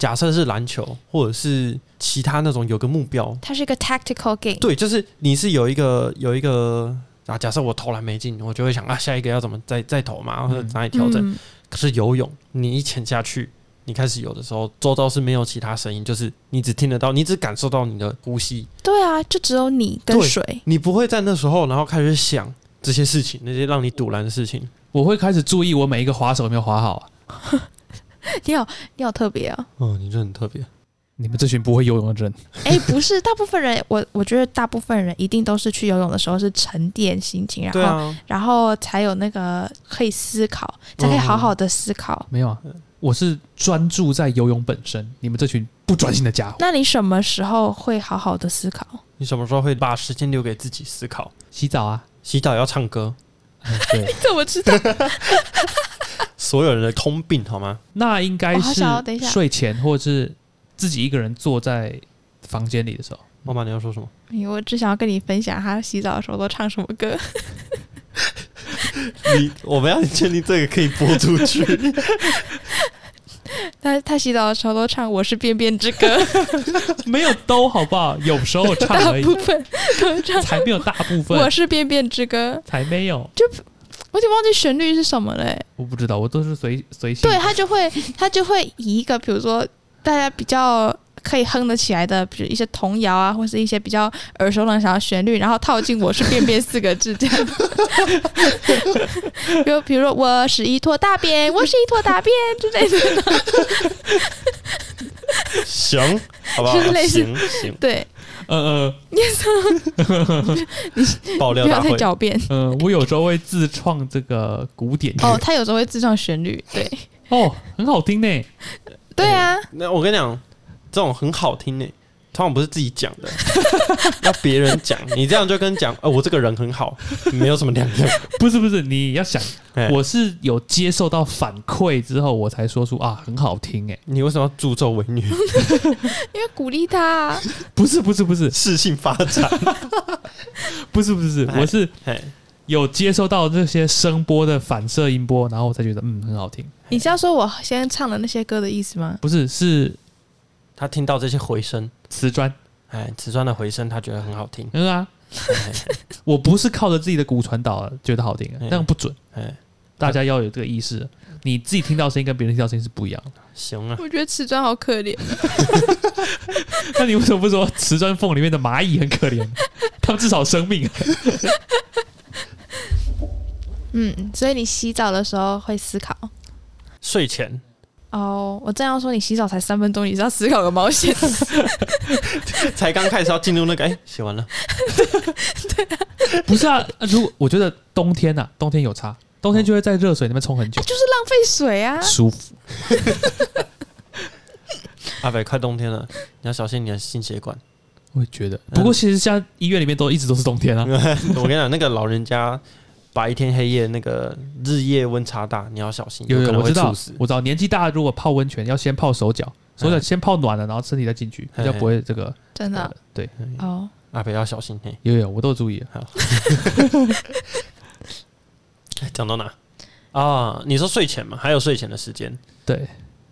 Speaker 1: 假设是篮球或者是其他那种有个目标，
Speaker 3: 它是一个 tactical game，
Speaker 1: 对，就是你是有一个有一个啊，假设我投篮没进，我就会想啊，下一个要怎么再再投嘛，或者哪里调整。
Speaker 3: 嗯
Speaker 1: 可是游泳，你一潜下去，你开始游的时候，周遭是没有其他声音，就是你只听得到，你只感受到你的呼吸，
Speaker 3: 对啊，就只有你跟
Speaker 1: 对
Speaker 3: 水。
Speaker 1: 你不会在那时候然后开始想这些事情，那些让你堵拦的事情。
Speaker 2: 我会开始注意我每一个滑手有没有滑好啊。
Speaker 3: 你好，你好特别哦。
Speaker 1: 哦，你这很特别。
Speaker 2: 你们这群不会游泳的人，
Speaker 3: 哎、不是，大部分人，我我觉得大部分人一定都是去游泳的时候是沉淀心情，然后、
Speaker 1: 对啊，
Speaker 3: 然后才有那个可以思考，才可以好好的思考。
Speaker 2: 没有啊？我是专注在游泳本身，你们这群不专心的家伙。
Speaker 3: 那你什么时候会好好的思考？
Speaker 1: 你什么时候会把时间留给自己思考？
Speaker 2: 洗澡啊，
Speaker 1: 洗澡要唱歌，
Speaker 2: 嗯对，
Speaker 3: 怎么知道？
Speaker 1: 所有人的通病好吗？
Speaker 2: 那应该
Speaker 3: 我好
Speaker 2: 是
Speaker 3: 想要等一下
Speaker 2: 睡前或者是自己一个人坐在房间里的时候。
Speaker 1: 妈妈，你要说什么？
Speaker 3: 我只想要跟你分享他洗澡的时候都唱什么歌。
Speaker 1: 你我们要确定这个可以播出去。
Speaker 3: 他他洗澡的时候都唱《我是便便之 歌》，
Speaker 2: 没有都好不好？有时候唱
Speaker 3: 大
Speaker 2: 而已，
Speaker 3: 部分都唱《
Speaker 2: 才没有大部
Speaker 3: 我
Speaker 2: 分，
Speaker 3: 是便便之歌》。
Speaker 2: 才没有，
Speaker 3: 我有点忘记旋律是什么了、欸。
Speaker 2: 我不知道，我都是随随性。
Speaker 3: 对他就 会他就会以一个比如说大家比较可以哼得起来的，比如一些童谣啊，或是一些比较耳熟能详的旋律，然后套进“我是便便”四个字这 样。比如比如说我是一坨大便，我是一坨大便之类的。
Speaker 1: 行，好不好？
Speaker 3: 就是类似
Speaker 1: 行行，
Speaker 3: 对，
Speaker 2: 呃
Speaker 1: 爆料
Speaker 3: 不
Speaker 1: 大
Speaker 3: 要
Speaker 1: 会
Speaker 3: 太，狡辩。
Speaker 2: 呃呃，我有时候会自创这个古典乐
Speaker 3: 哦，他有时候会自创旋律，对，
Speaker 2: 哦，很好听呢。
Speaker 3: 对啊，
Speaker 1: 那我跟你讲，这种很好听呢、欸通常不是自己讲的， 要别人讲。你这样就跟讲，呃，我这个人很好，没有什么两 样。
Speaker 2: 不是不是，你要想
Speaker 1: 哎，
Speaker 2: 我是有接受到反馈之后，我才说出啊，很好听哎。
Speaker 1: 你为什么要助纣为 虐，
Speaker 3: 因为鼓励他啊，
Speaker 2: 不是不是不是
Speaker 1: 适性发展？
Speaker 2: 不是不是，
Speaker 1: 哎
Speaker 2: 我是
Speaker 1: 嘿，
Speaker 2: 有接受到这些声波的反射音波，然后我才觉得嗯很好听。
Speaker 3: 你是要说我先唱的那些歌的意思吗？
Speaker 2: 不是是
Speaker 1: 他听到这些回声，
Speaker 2: 瓷砖，
Speaker 1: 哎，瓷砖的回声，他觉得很好 听。
Speaker 2: 嗯啊，
Speaker 1: 哎
Speaker 2: 我不是靠着自己的骨传导觉得好听，
Speaker 1: 嗯
Speaker 2: 那样不准。
Speaker 1: 哎，
Speaker 2: 大家要有这个意识，你自己听到声音跟别人听到声音是不一样的。
Speaker 1: 行啊，
Speaker 3: 我觉得瓷砖好可怜，
Speaker 2: 那你为什么不说瓷砖缝里面的蚂蚁很可怜？ 它们至少生命。
Speaker 3: 嗯，所以你洗澡的时候会思考。
Speaker 1: 睡前
Speaker 3: 哦，我正要说你洗澡才三分钟，你是要思考个毛 线？
Speaker 1: 才刚开始要进入那个，哎，写完了，
Speaker 2: 不是啊，如果我觉得冬天呐、啊，冬天有差，冬天就会在热水里面冲很久，
Speaker 3: 就是浪费水
Speaker 1: 哦
Speaker 3: 啊！
Speaker 2: 舒服。
Speaker 1: 阿北，快冬天了，你要小心你的心血管。
Speaker 2: 我也觉得，
Speaker 1: 嗯
Speaker 2: 不过其实像医院里面都一直都是冬 天啊，
Speaker 1: 我跟你讲，那个老人家白天黑夜那个日夜温差大，你要小心，
Speaker 2: 有
Speaker 1: 可
Speaker 2: 有
Speaker 1: 能
Speaker 2: 我
Speaker 1: 会
Speaker 2: 知
Speaker 1: 猝
Speaker 2: 道
Speaker 1: 死，。
Speaker 2: 我知道年纪大如果泡温泉要先泡手脚，手脚
Speaker 1: 嗯
Speaker 2: 先泡暖了，啊然后身体再进去，比较不会这个。
Speaker 3: 真的
Speaker 2: 呃对，
Speaker 3: 哦，
Speaker 1: 阿啊北要小心，嘿，
Speaker 2: 有有我都有注意了。 啊
Speaker 1: 讲到哪啊？你说睡前嘛，还有睡前的时间。
Speaker 2: 对，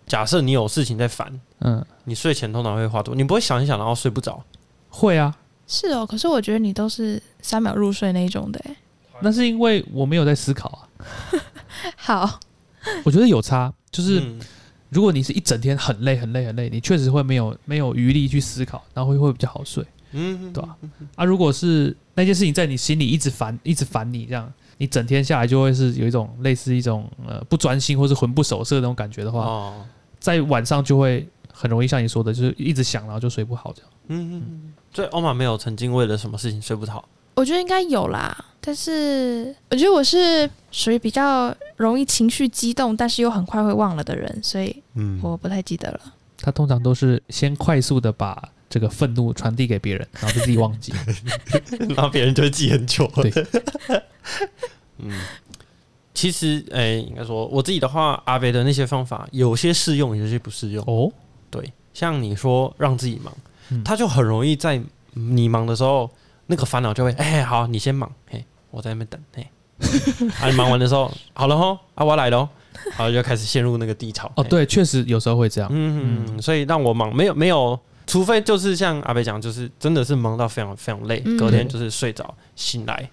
Speaker 1: 假设你有事情在烦，
Speaker 2: 嗯，
Speaker 1: 你睡前通常会花多，你不会想一想然后睡不着。
Speaker 2: 会啊，
Speaker 3: 是哦。可是我觉得你都是三秒入睡那一种的欸。
Speaker 2: 那是因为我没有在思考啊。
Speaker 3: 好，
Speaker 2: 我觉得有差，就是
Speaker 1: 嗯
Speaker 2: 如果你是一整天很累很累很累，你确实会没有没有余力去思考，然后会会比较好睡，
Speaker 1: 嗯，
Speaker 2: 对吧、啊？如果是那件事情在你心里一直烦一直烦你这样，你整天下来就会是有一种类似一种呃不专心或是魂不守舍的那种感觉的话，
Speaker 1: 哦，
Speaker 2: 在晚上就会很容易像你说的，就是一直想，然后就睡不好这样。
Speaker 1: 嗯，所以欧玛没有曾经为了什么事情睡不着。
Speaker 3: 我觉得应该有啦，但是我觉得我是属于比较容易情绪激动，但是又很快会忘了的人，所以
Speaker 1: 嗯
Speaker 3: 我不太记得了。
Speaker 2: 他通常都是先快速的把这个愤怒传递给别人，然后就自己忘 记。
Speaker 1: 然后别人就会记很久。
Speaker 2: 对，
Speaker 1: 嗯，其实，哎、应该说我自己的话，阿北的那些方法有些适用，有些不适用。
Speaker 2: 哦，
Speaker 1: 对，像你说让自己忙，
Speaker 2: 嗯
Speaker 1: 他就很容易在你忙的时候，那个烦恼就会，哎、好，你先忙，嘿，我在那边等， 嘿，啊，你忙完的时候，好了吼，啊，我来咯，然后就开始陷入那个低潮。
Speaker 2: 哦，
Speaker 1: 嘿，
Speaker 2: 对，确实有时候会这样。
Speaker 1: 嗯嗯，所以让我忙，没有没有，除非就是像阿北讲，就是真的是忙到非常非常累，
Speaker 3: 嗯
Speaker 1: 隔天就是睡着醒来，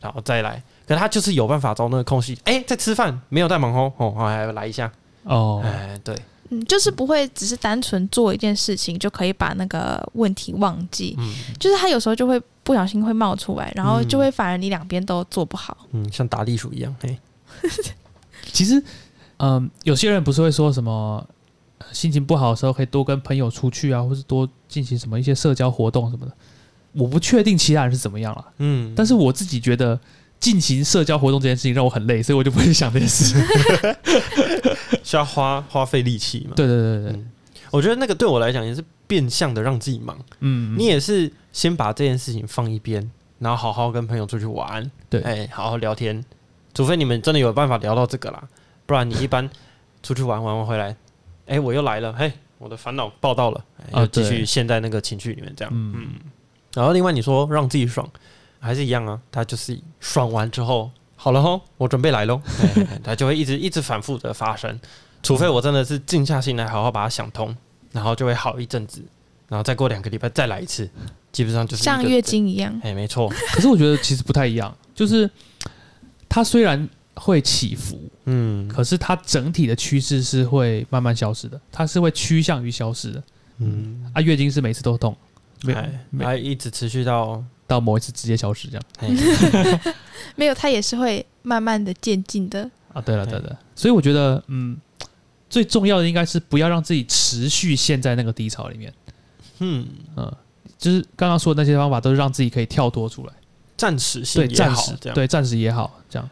Speaker 1: 然后再来。可他就是有办法找那个空隙，哎、在吃饭，没有在忙哦，哦，还来一下，
Speaker 2: 哦，
Speaker 1: 哎、对，
Speaker 3: 嗯，就是不会只是单纯做一件事情就可以把那个问题忘记，
Speaker 1: 嗯
Speaker 3: 就是他有时候就会不小心会冒出来，然后
Speaker 1: 嗯
Speaker 3: 就会反而你两边都做不好。
Speaker 1: 嗯，像打地鼠一样，嘿，
Speaker 2: 其实，嗯，有些人不是会说什么呃心情不好的时候可以多跟朋友出去啊，或是多进行什么一些社交活动什么的。我不确定其他人是怎么样了，
Speaker 1: 嗯，
Speaker 2: 但是我自己觉得进行社交活动这件事情让我很累，所以我就不会去想这件 事。
Speaker 1: 需要花花费力气嘛。，
Speaker 2: 对对对对对，
Speaker 1: 嗯，我觉得那个对我来讲也是变相的让自己忙，
Speaker 2: 嗯，
Speaker 1: 你也是先把这件事情放一边，然后好好跟朋友出去玩，
Speaker 2: 对
Speaker 1: 哎、好好聊天，除非你们真的有办法聊到这个啦，不然你一般出去玩玩完回来，哎、我又来了，嘿，我的烦恼报到了，哎
Speaker 2: 啊
Speaker 1: 又继
Speaker 2: 对
Speaker 1: 续陷在那个情绪里面这样，
Speaker 2: 嗯
Speaker 1: 嗯，然后另外你说让自己爽，还是一样啊，他就是爽完之后。好了吼，我准备来喽，哎他就会一直一直反复的发 生，除非我真的是静下心来好好把它想通，然后就会好一阵子，然后再过两个礼拜再来一次，基本上就是一个
Speaker 3: 像月。经一样，
Speaker 1: 哎，没错，
Speaker 2: 可是我觉得其实不太一样，就是它虽然会起伏，
Speaker 1: 嗯
Speaker 2: 可是它整体的趋势是会慢慢消失的，它是会趋向于消失的。
Speaker 1: 嗯，
Speaker 2: 啊，月经是每次都痛，没有
Speaker 1: 哎，
Speaker 2: 没
Speaker 1: 哎，一直持续到，
Speaker 2: 到某一次直接消失这样。
Speaker 1: 哎，
Speaker 3: 没有，它也是会慢慢的渐进的。
Speaker 2: 啊，对了，对的，所以我觉得，嗯，最重要的应该是不要让自己持续陷在那个低潮里面。
Speaker 1: 嗯，
Speaker 2: 嗯，就是刚刚说的那些方法，都是让自己可以跳脱出来，
Speaker 1: 暂时性
Speaker 2: 对，
Speaker 1: 也
Speaker 2: 暂
Speaker 1: 好
Speaker 2: 时，
Speaker 1: 这样，
Speaker 2: 对，暂时也好，这样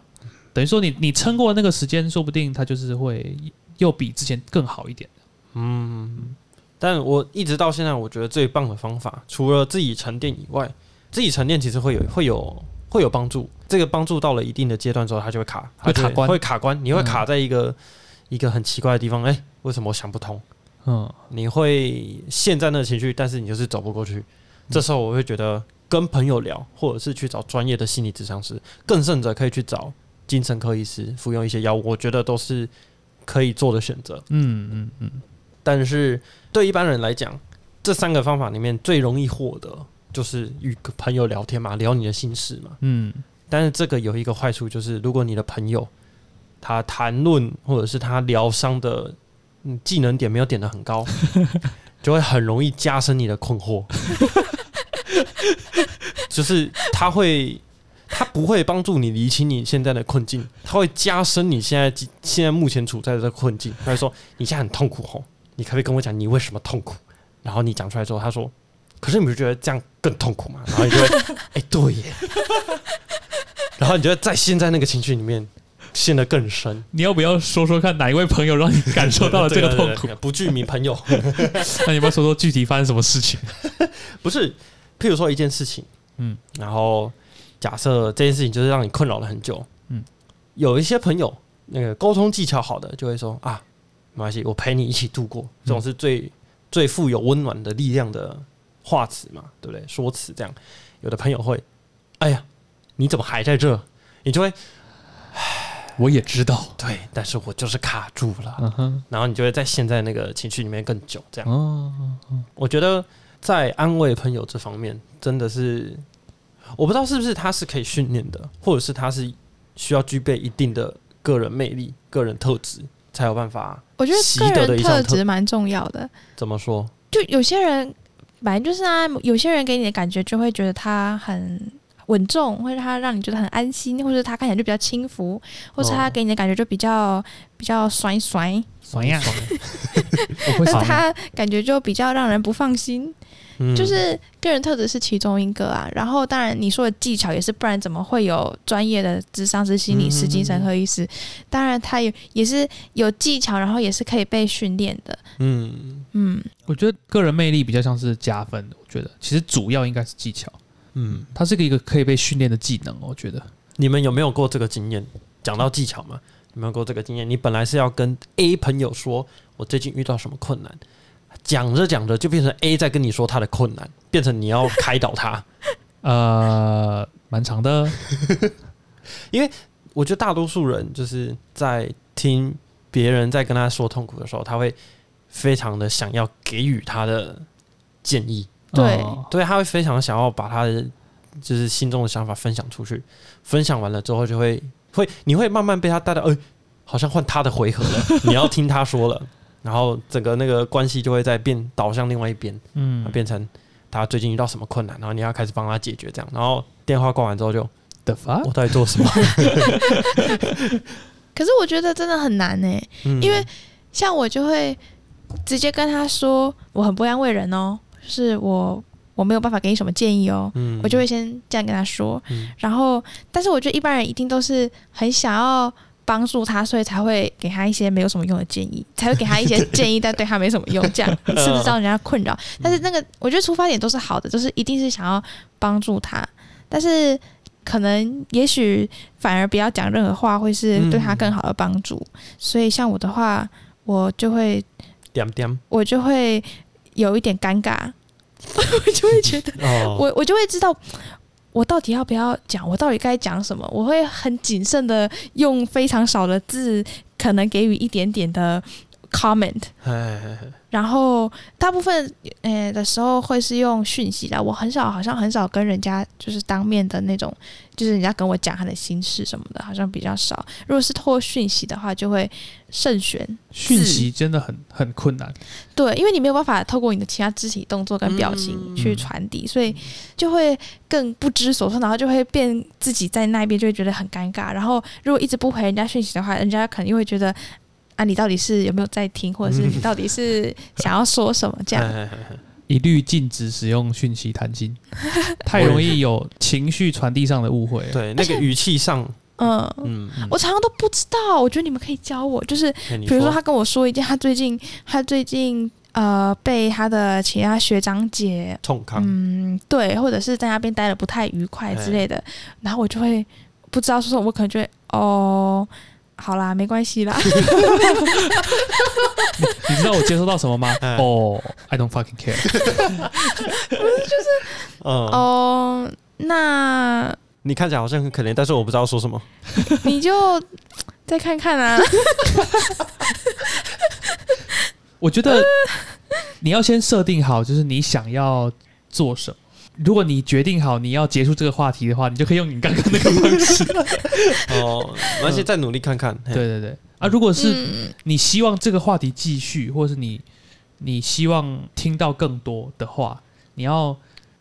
Speaker 2: 等于说你你撑过那个时间，说不定它就是会又比之前更好一点。
Speaker 1: 嗯，但我一直到现在，我觉得最棒的方法，除了自己沉淀以外，自己沉淀其实会有会有会有帮助。这个帮助到了一定的阶段之后，它就会卡，它
Speaker 2: 会
Speaker 1: 就
Speaker 2: 卡关嗯
Speaker 1: 会卡关，你会卡在一个、一个很奇怪的地方。哎、为什么我想不通？
Speaker 2: 嗯，
Speaker 1: 你会陷在那个情绪，但是你就是走不过去。
Speaker 2: 嗯
Speaker 1: 这时候我会觉得跟朋友聊，或者是去找专业的心理咨商师，更甚者可以去找精神科医师服用一些药物，我觉得都是可以做的选择。
Speaker 2: 嗯嗯嗯，
Speaker 1: 但是对一般人来讲，这三个方法里面最容易获得就是与朋友聊天嘛，聊你的心事嘛。
Speaker 2: 嗯，
Speaker 1: 但是这个有一个坏处，就是如果你的朋友他谈论或者是他疗伤的嗯技能点没有点的很高，就会很容易加深你的困惑。 就是他会，他不会帮助你理清你现在的困境，他会加深你现在现在目前处在的这个困境。他会说你现在很痛苦吼，你可不可以跟我讲你为什么痛苦？然后你讲出来之后，他说。可是你不觉得这样更痛苦吗？然后你就会，哎、对耶，然后你就会在陷在那个情绪里面陷得更深，
Speaker 2: 你要不要说说看哪一位朋友让你感受到了这个
Speaker 1: 对对
Speaker 2: 痛
Speaker 1: 对
Speaker 2: 苦？
Speaker 1: 对不具名朋友
Speaker 2: 那你要不要说说具体发生什么事情？
Speaker 1: 不是，譬如说一件事情，嗯
Speaker 2: 嗯，
Speaker 1: 然后假设这件事情就是让你困扰了很久，嗯
Speaker 2: 嗯，
Speaker 1: 有一些朋友那个沟通技巧好的就会说啊，没关系，我陪你一起度
Speaker 2: 嗯
Speaker 1: 过，这种是最、最富有温暖的力量的话词嘛，对不对？说辞这样，有的朋友会，哎呀，你怎么还在这？你就会
Speaker 2: 我也知道，
Speaker 1: 对，但是我就是卡住了，
Speaker 2: 嗯哼，
Speaker 1: 然后你就会在陷在那个情绪里面更久。这样，
Speaker 2: 哦，
Speaker 1: 我觉得在安慰朋友这方面，真的是我不知道是不是他是可以训练的，或者是他是需要具备一定的个人魅力、个人特质才有办法。
Speaker 3: 我觉
Speaker 1: 习
Speaker 3: 得
Speaker 1: 得
Speaker 3: 个
Speaker 1: 的
Speaker 3: 人
Speaker 1: 一项
Speaker 3: 特
Speaker 1: 特
Speaker 3: 质蛮重要的。
Speaker 1: 怎么说？
Speaker 3: 就有些人，反正就是啊，有些人给你的感觉就会觉得他很稳重，或者他让你觉得很安心，或者他看起来就比较轻浮，或者他
Speaker 1: 哦
Speaker 3: 给你的感觉就比较比较甩甩，
Speaker 2: 爽呀， 我会
Speaker 3: 但
Speaker 2: 爽
Speaker 3: 是
Speaker 2: 呀，
Speaker 3: 他感觉就比较让人不放心。
Speaker 1: 嗯
Speaker 3: 就是个人特质是其中一个啊，然后当然你说的技巧也是，不然怎么会有专业的智商师、心理师、
Speaker 1: 嗯
Speaker 3: 精神科医师？当然，他也也是有技巧，然后也是可以被训练的。
Speaker 1: 嗯
Speaker 3: 嗯，
Speaker 2: 我觉得个人魅力比较像是加分的。我觉得其实主要应该是技巧，
Speaker 1: 嗯，
Speaker 2: 它是一个可以被训练的技能。我觉得
Speaker 1: 你们有没有过这个经验？讲到技巧嘛，有没有过这个经验？你本来是要跟 A 朋友说，我最近遇到什么困难，讲着讲着就变成 A 在跟你说他的困难，变成你要开导他。
Speaker 2: 呃，蛮长的，
Speaker 1: 我觉得大多数人就是在听别人在跟他说痛苦的时候，他会非常的想要给予他的建议，
Speaker 3: 对
Speaker 2: 哦
Speaker 1: 对，他会非常想要把他的就是心中的想法分享出去。分享完了之后，就会会你会慢慢被他带到，哎、好像换他的回合了， 你要听他说了，然后整个那个关系就会在变导向另外一边，
Speaker 2: 嗯，
Speaker 1: 变成他最近遇到什么困难，然后你要开始帮他解决这样，然后电话挂完之后就
Speaker 3: 啊
Speaker 2: 的发
Speaker 1: 我，到底做什 么？
Speaker 3: 可是我觉得真的很难呢、欸
Speaker 1: 嗯
Speaker 3: 因为像我就会直接跟他说，我很不会安慰人哦，就是我我没有办法给你什么建议哦，
Speaker 1: 嗯
Speaker 3: 我就会先这样跟他说。
Speaker 1: 嗯
Speaker 3: 然后，但是我觉得一般人一定都是很想要帮助他，所以才会给他一些没有什么用的建议，才会给他一些建议，但对他没什么用，这样 是不是让人家困扰？但是那个，我觉得出发点都是好的，就是一定是想要帮助他，但是可能也许反而不要讲任何话，会是对他
Speaker 1: 嗯
Speaker 3: 更好的帮助。所以像我的话，我就会
Speaker 1: 点点
Speaker 3: 我就会有一点尴尬，我就会觉得。
Speaker 1: 哦，
Speaker 3: 我我就会知道我到底要不要讲，我到底该讲什么。我会很谨慎的用非常少的字，可能给予一点点的 comment。
Speaker 1: 哎，
Speaker 3: 然后大部分呃的时候会是用讯息的，我很少好像很少跟人家就是当面的那种，就是人家跟我讲他的心事什么的，好像比较少。如果是透过讯息的话，就会慎选。
Speaker 2: 讯息真的很很困难。
Speaker 3: 对，因为你没有办法透过你的其他肢体动作跟表情
Speaker 1: 嗯
Speaker 3: 去传递，所以就会更不知所措，然后就会变自己在那边就会觉得很尴尬。然后如果一直不回人家讯息的话，人家可能又会觉得啊，你到底是有没有在听，或者是你到底是想要说什么 这样？
Speaker 1: 哎哎哎哎
Speaker 2: 一律禁止使用讯息谈 心，太容易有情绪传递上的误会。，
Speaker 1: 对，那个语气上，
Speaker 3: 嗯，
Speaker 1: 嗯，
Speaker 3: 我常常都不知道，我觉得你们可以教我，就是
Speaker 1: 哎你
Speaker 3: 比如说他跟我说一件，他最近他最近呃被他的其他学长姐，
Speaker 1: 冲康，
Speaker 3: 嗯，对，或者是在那边待的不太愉快之类的，然后我就会不知道说什么，我可能就会哦，好啦，没关系啦，
Speaker 2: 你知道我接收到什么 吗？
Speaker 1: 哎
Speaker 2: 哦、i don't fucking care。
Speaker 1: 嗯，
Speaker 3: 哦，那
Speaker 1: 你看起来好像很可怜，但是我不知道说 什么。
Speaker 3: 你就再看看啊，
Speaker 2: 我觉得你要先设定好，就是你想要做什么。如果你决定好你要结束这个话题的话，你就可以用你刚刚那个方式。
Speaker 1: 哦，而且再努力看看。嘿，
Speaker 2: 对对对，啊，如果是
Speaker 3: 嗯
Speaker 2: 你希望这个话题继续，或是你你希望听到更多的话，你要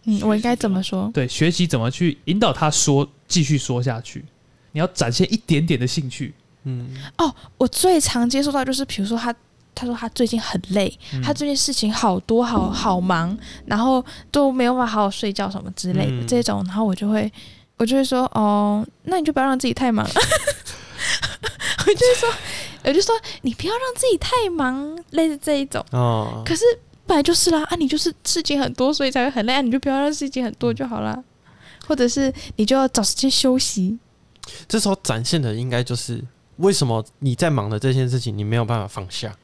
Speaker 3: 嗯，我应该怎么说？
Speaker 2: 对学习怎么去引导他说继续说下去。你要展现一点点的兴趣。
Speaker 1: 嗯，
Speaker 3: 哦，我最常接触到就是，比如说他，他说他最近很累，
Speaker 2: 嗯
Speaker 3: 他最近事情好多，好好忙，然后都没有办法好好睡觉什么之类的、
Speaker 1: 嗯
Speaker 3: 这种，然后我就会，我就会说，哦，那你就不要让自己太忙。 我就会说，我就说你不要让自己太忙，类似这一种。
Speaker 1: 哦，
Speaker 3: 可是本来就是啦，啊，你就是事情很多，所以才会很累，啊，你就不要让事情很
Speaker 2: 嗯
Speaker 3: 多就好啦。或者是你就要找时间休息，
Speaker 1: 这时候展现的应该就是为什么你在忙的这件事情，你没有办法放下，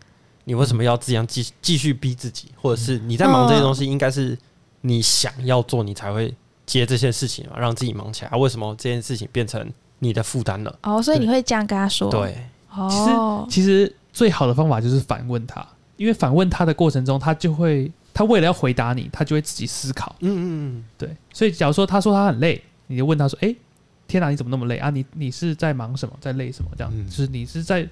Speaker 1: 你为什么要这样
Speaker 3: 嗯
Speaker 1: 继继续逼自己，或者是你在忙这些东西，应该是你想要做，你才会接这些事情嘛，让自己忙起来。啊为什么这件事情变成你的负担了？
Speaker 3: 哦，所以
Speaker 2: 对
Speaker 3: 你会这样跟他说，，
Speaker 1: 对，
Speaker 3: 哦，
Speaker 2: 其实最好的方法就是反问他，因为反问他的过程中，他就会他为了要回答你，他就会自己思考。
Speaker 1: 嗯嗯
Speaker 2: 对，所以假如说他说他很累，你就问他说：“哎、天哪、你怎么那么累啊？你你是在忙什么，在累什么？这样、
Speaker 1: 嗯
Speaker 2: 就是你是在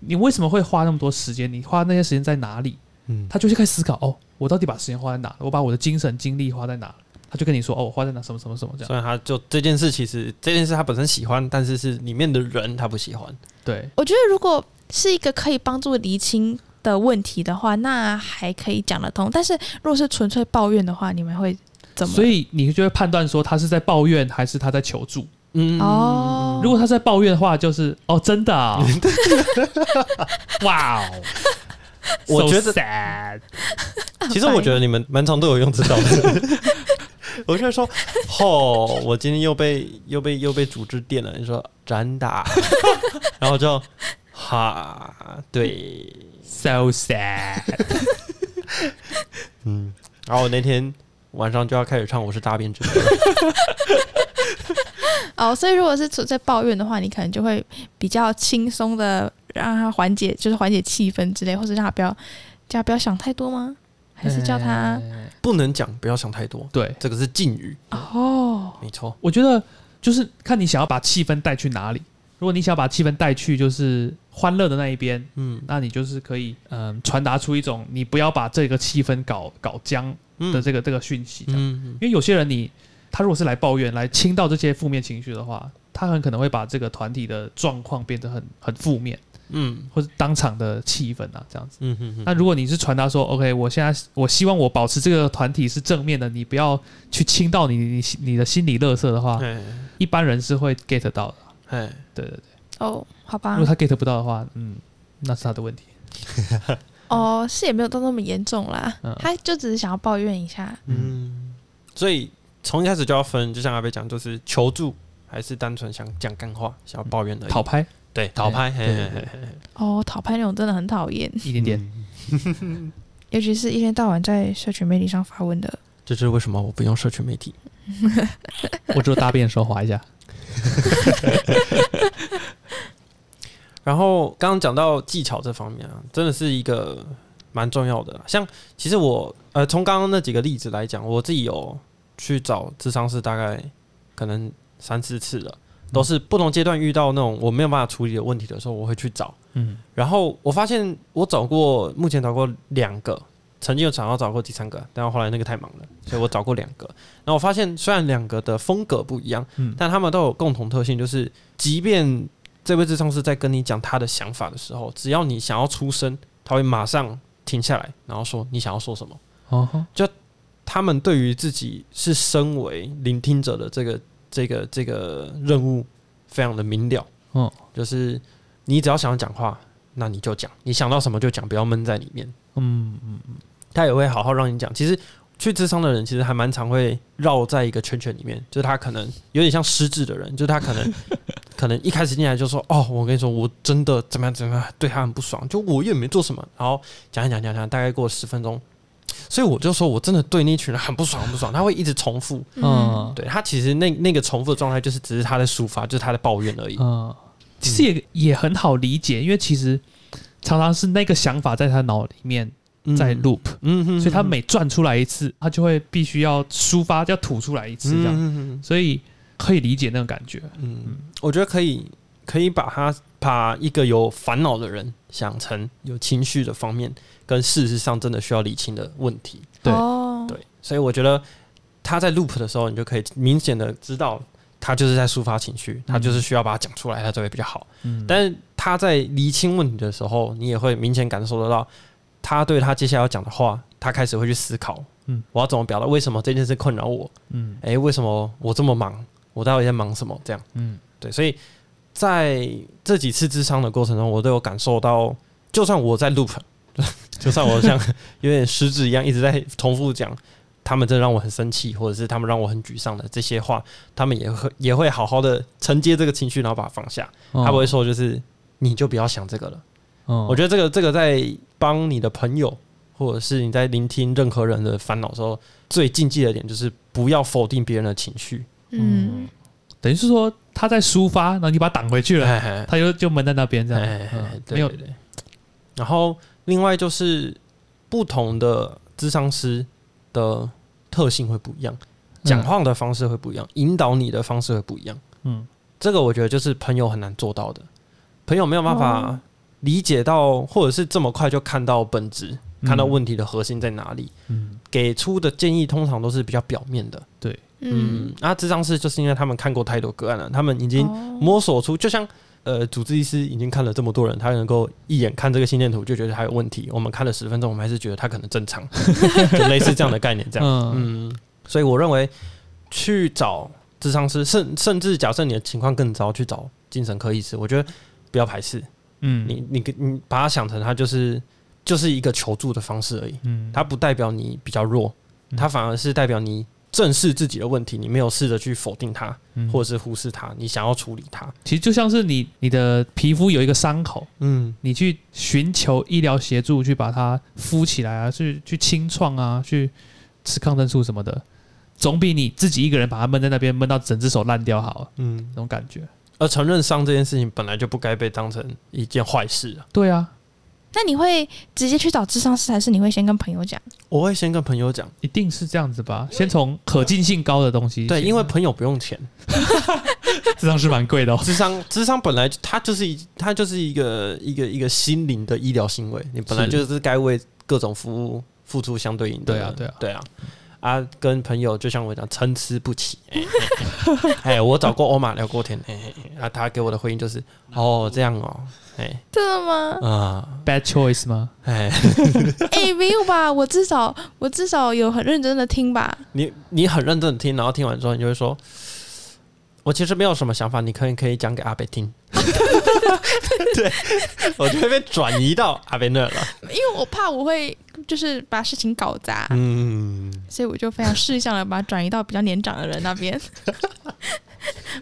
Speaker 2: 你为什么会花那么多时间？你花那些时间在哪里？”
Speaker 1: 嗯，
Speaker 2: 他就会开始思考：“哦，我到底把时间花在哪？我把我的精神精力花在哪？”他就跟你说：“哦，我花在哪？什么什么什么这样。
Speaker 1: 啊虽然他就这件事，其实这件事他本身喜欢，但是是里面的人他不喜欢。”
Speaker 2: 对，
Speaker 3: 我觉得如果是一个可以帮助厘清的问题的话，那还可以讲得通。但是如果是纯粹抱怨的话，你们会怎么？
Speaker 2: 所以你就会判断说他是在抱怨还是他在求助。
Speaker 1: 嗯，
Speaker 3: 哦，
Speaker 2: 如果他在抱怨的话，就是哦，真 的、啊，哇哦，
Speaker 1: 我
Speaker 2: so
Speaker 1: 觉得
Speaker 2: sad
Speaker 1: 其实我觉得你们蛮常对我用这招的。我就会说，吼、我今天又被又被又被组织电了。你说真的啊，然后我就哈对，
Speaker 2: so sad，
Speaker 1: 嗯，然后我那天晚上就要开始唱《我是大便之母》了。
Speaker 3: 哦，所以如果是纯粹抱怨的话，你可能就会比较轻松的让他缓解，就是缓解气氛之类，或者让他不要叫他不要想太多吗？还是叫他、
Speaker 2: 哎
Speaker 1: 不能讲，不要想太多，
Speaker 2: 对，
Speaker 1: 这个是禁语，
Speaker 3: 哦，
Speaker 1: 没错。
Speaker 2: 我觉得就是看你想要把气氛带去哪里。如果你想要把气氛带去就是欢乐的那一边，
Speaker 1: 嗯
Speaker 2: 那你就是可以嗯传达出一种你不要把这个气氛搞搞僵
Speaker 1: 嗯
Speaker 2: 的这个、这个讯息。这样
Speaker 1: 嗯
Speaker 2: 因为有些人你他如果是来抱怨、来倾倒这些负面情绪的话，他很可能会把这个团体的状况变得很很负面，
Speaker 1: 嗯
Speaker 2: 或是当场的气氛啊这样子。
Speaker 1: 嗯嗯
Speaker 2: 那如果你是传达说，OK，我现在我希望我保持这个团体是正面的，你不要去倾倒你你你的心理垃圾的话，
Speaker 1: 嗯，
Speaker 2: 一般人是会 get 到的。
Speaker 1: 哎哎，
Speaker 2: 对对对，
Speaker 3: 哦，好
Speaker 2: 如
Speaker 3: 吧
Speaker 2: 果，他 get 不到的话，嗯，那是他的问题。
Speaker 3: 哦，是也没有到那么严重啦，
Speaker 2: 嗯
Speaker 3: 他就只是想要抱怨一下，
Speaker 1: 嗯，所以从一开始就要分，就像阿贝讲，就是求助还是单纯想讲干话，想要抱怨的
Speaker 2: 讨拍
Speaker 1: 对讨嗯拍，嘿
Speaker 2: 对
Speaker 1: 嘿
Speaker 2: 对
Speaker 1: 嘿
Speaker 2: 对
Speaker 1: 嘿
Speaker 3: 哦，讨拍那种真的很讨厌。
Speaker 2: 一点点，
Speaker 3: 尤其是一天到晚在社群媒体上发文的，
Speaker 1: 这就是为什么我不用社群媒体。嗯
Speaker 2: 我只有大便的时候滑一下。
Speaker 1: 然后刚刚讲到技巧这方面啊，真的是一个蛮重要的啦。像其实我呃，从刚刚那几个例子来讲，我自己有去找智商师，大概可能三四次了，都是不同阶段遇到那种我没有办法处理的问题的时候，我会去找。
Speaker 2: 嗯，
Speaker 1: 然后我发现我找过，目前找过两个，曾经有想要找过第三个，但后来那个太忙了，所以我找过两个。然后我发现，虽然两个的风格不一样，
Speaker 2: 嗯
Speaker 1: 但他们都有共同特性，就是即便这位智商是在跟你讲他的想法的时候，只要你想要出声，他会马上停下来，然后说你想要说什么。
Speaker 2: 哦，
Speaker 1: 他们对于自己是身为聆听者的这个这个这个任务非常的明了。
Speaker 2: 哦，
Speaker 1: 就是你只要想要讲话，那你就讲，你想到什么就讲，不要闷在里面。
Speaker 2: 嗯嗯，
Speaker 1: 他也会好好让你讲。其实去智商的人，其实还蛮常会绕在一个圈圈里面，就是他可能有点像失智的人，就是他可 能可能一开始进来就说：“哦，我跟你说，我真的怎么样怎么样，对他很不爽，就我也没做什么。”然后讲一讲讲一讲，大概过了十分钟，所以我就说我真的对那群人很不爽，很不爽。他会一直重复，
Speaker 2: 嗯
Speaker 1: 对他其实那那个重复的状态，就是只是他在抒发，就是他在抱怨而已。
Speaker 2: 嗯，其实也也很好理解，因为其实常常是那个想法在他脑里面在
Speaker 1: 嗯，
Speaker 2: loop，
Speaker 1: 嗯哼，
Speaker 2: 所以他
Speaker 1: 嗯
Speaker 2: 每转出来一次，他就会必须要抒发，要吐出来一次这样，
Speaker 1: 嗯
Speaker 2: 所以可以理解那种感觉。
Speaker 1: 嗯，我觉得可以，可以把他把一个有烦恼的人想成有情绪的方面，跟事实上真的需要理清的问题。
Speaker 2: 对
Speaker 3: 哦，
Speaker 1: 对，所以我觉得他在 loop 的时候，你就可以明显的知道他就是在抒发情绪，他就是需要把它讲出来，他才会比较好。
Speaker 2: 嗯，
Speaker 1: 但是他在厘清问题的时候，你也会明显感受得到，他对他接下来要讲的话，他开始会去思考，
Speaker 2: 嗯
Speaker 1: 嗯，我要怎么表达？为什么这件事困扰我？
Speaker 2: 嗯
Speaker 1: 诶，为什么我这么忙？我到底在忙什么？这样。
Speaker 2: 嗯
Speaker 1: 对，所以在这几次智商的过程中，我都有感受到，就算我在 loop，就算 我像有点失智一样一直在重复讲，他们真的让我很生气，或者是他们让我很沮丧的这些话，他们也会也会好好的承接这个情绪，然后把它放下。
Speaker 2: 哦
Speaker 1: 他不会说就是你就不要想这个了。啊
Speaker 2: 哦
Speaker 1: 我觉得这个这个在帮你的朋友，或者是你在聆听任何人的烦恼的时候，最禁忌的点就是不要否定别人的情绪。
Speaker 3: 嗯，
Speaker 2: 等于是说他在抒发，然后你把他挡回去了，
Speaker 1: 哎哎
Speaker 2: 他就就闷在那边这样，
Speaker 1: 哎，
Speaker 2: 啊嗯
Speaker 1: 对
Speaker 2: 没有
Speaker 1: 对对然后另外就是不同的智商师的特性会不一样，讲话的方式会不一样，引导你的方式会不一样。
Speaker 2: 嗯
Speaker 1: 这个我觉得就是朋友很难做到的，朋友没有办
Speaker 3: 哦
Speaker 1: 法理解到，或者是这么快就看到本质，
Speaker 2: 嗯
Speaker 1: 看到问题的核心在哪里。
Speaker 2: 嗯
Speaker 1: 给出的建议通常都是比较表面的。
Speaker 3: 嗯
Speaker 1: 嗯，那智商师就是因为他们看过太多个案了，他们已经
Speaker 3: 哦
Speaker 1: 摸索出，就像呃，主治医师已经看了这么多人，他能够一眼看这个心电图就觉得他有问题。我们看了十分钟，我们还是觉得他可能正 常，就类似这样的概念，这样。
Speaker 2: 嗯
Speaker 1: 嗯，所以我认为去找智商师，甚甚至假设你的情况更糟，去找精神科医师，我觉得不要排斥。
Speaker 2: 嗯
Speaker 1: 你你你把它想成它就是就是一个求助的方式而已，
Speaker 2: 嗯
Speaker 1: 它不代表你比较弱，
Speaker 2: 嗯
Speaker 1: 它反而是代表你正视自己的问题，你没有试着去否定它，
Speaker 2: 嗯
Speaker 1: 或者是忽视它，你想要处理它。
Speaker 2: 其实就像是你你的皮肤有一个伤口，
Speaker 1: 嗯
Speaker 2: 你去寻求医疗协助，去把它敷起来啊，去去清创啊，去吃抗生素什么的，总比你自己一个人把它闷在那边闷到整只手烂掉好，
Speaker 1: 嗯
Speaker 2: 那，种感觉。
Speaker 1: 而承认伤这件事情本来就不该被当成一件坏事啊。
Speaker 2: 对啊，
Speaker 3: 那你会直接去找智商师，还是你会先跟朋友讲？
Speaker 1: 我会先跟朋友讲，
Speaker 2: 一定是这样子吧？先从可进性高的东西先。
Speaker 1: 对，因为朋友不用钱，
Speaker 2: 智商是蛮贵的哦。
Speaker 1: 智商智商本来就它就是一它就是一个一个一个心灵的医疗行为，你本来
Speaker 2: 是
Speaker 1: 就是该为各种服务付出相对应的。
Speaker 2: 对啊对啊
Speaker 1: 对啊。啊，跟朋友就像我讲，参差不 齐。哎、哎哎哎我找过欧玛聊过天，哎、哎哎啊，他给我的回应就是，哦，这样哦，哎、
Speaker 3: 真的吗？
Speaker 1: 啊，
Speaker 2: Bad choice 吗？
Speaker 1: 哎、
Speaker 3: 哎、没有吧？我至少我至少有很认真的听吧。
Speaker 1: 你你很认真地听，然后听完之后，你就会说，我其实没有什么想法，你可以可以讲给阿北听。 对，我就会被转移到阿北那了。
Speaker 3: 因为我怕我会就是把事情搞砸，
Speaker 1: 嗯，
Speaker 3: 所以我就非常事项的把它转移到比较年长的人那 边。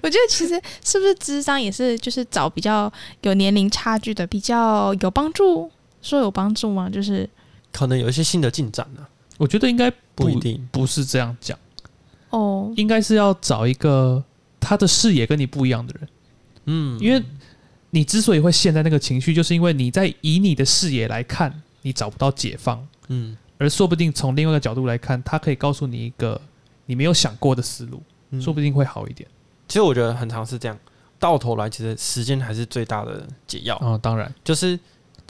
Speaker 3: 我觉得其实是不是智商也是就是找比较有年龄差距的比较有帮助，说有帮助吗？就是
Speaker 1: 可能有一些新的进展呢、
Speaker 2: 我觉得应该
Speaker 1: 不一定。
Speaker 2: 不是这样讲，
Speaker 3: 哦，
Speaker 2: 应该是要找一个他的视野跟你不一样的人，
Speaker 1: 嗯，
Speaker 2: 因为你之所以会陷在那个情绪，就是因为你在以你的视野来看，你找不到解放，
Speaker 1: 嗯
Speaker 2: 而说不定从另外一个角度来看，他可以告诉你一个你没有想过的思路，
Speaker 1: 嗯
Speaker 2: 说不定会好一点。
Speaker 1: 其实我觉得很常是这样，到头来其实时间还是最大的解药。
Speaker 2: 啊、当然，
Speaker 1: 就是，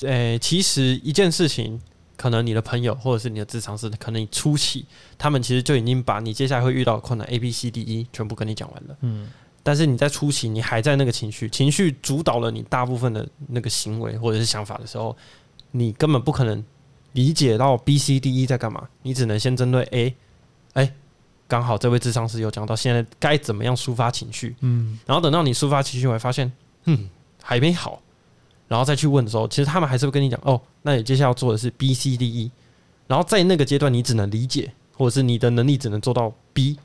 Speaker 1: 呃，其实一件事情，可能你的朋友或者是你的智商师，可能你初 E 期他们其实就已经把你接下来会遇到的困难 A、B、C、D、E 全部跟你讲完了。
Speaker 2: 嗯
Speaker 1: 但是你在初期，你还在那个情绪，情绪主导了你大部分的那个行为或者是想法的时候，你根本不可能理解到 B、C、D、E 在干嘛，你只能先针对 A，哎、刚好这位智商师有讲到现在该怎么样抒发情绪，
Speaker 2: 嗯，
Speaker 1: 然后等到你抒发情绪，我会发现，嗯，还没好，然后再去问的时候，其实他们还是会跟你讲，哦，那你接下来要做的是 B、C、D、E，然后在那个阶段，你只能理解，或者是你的能力只能做到 B，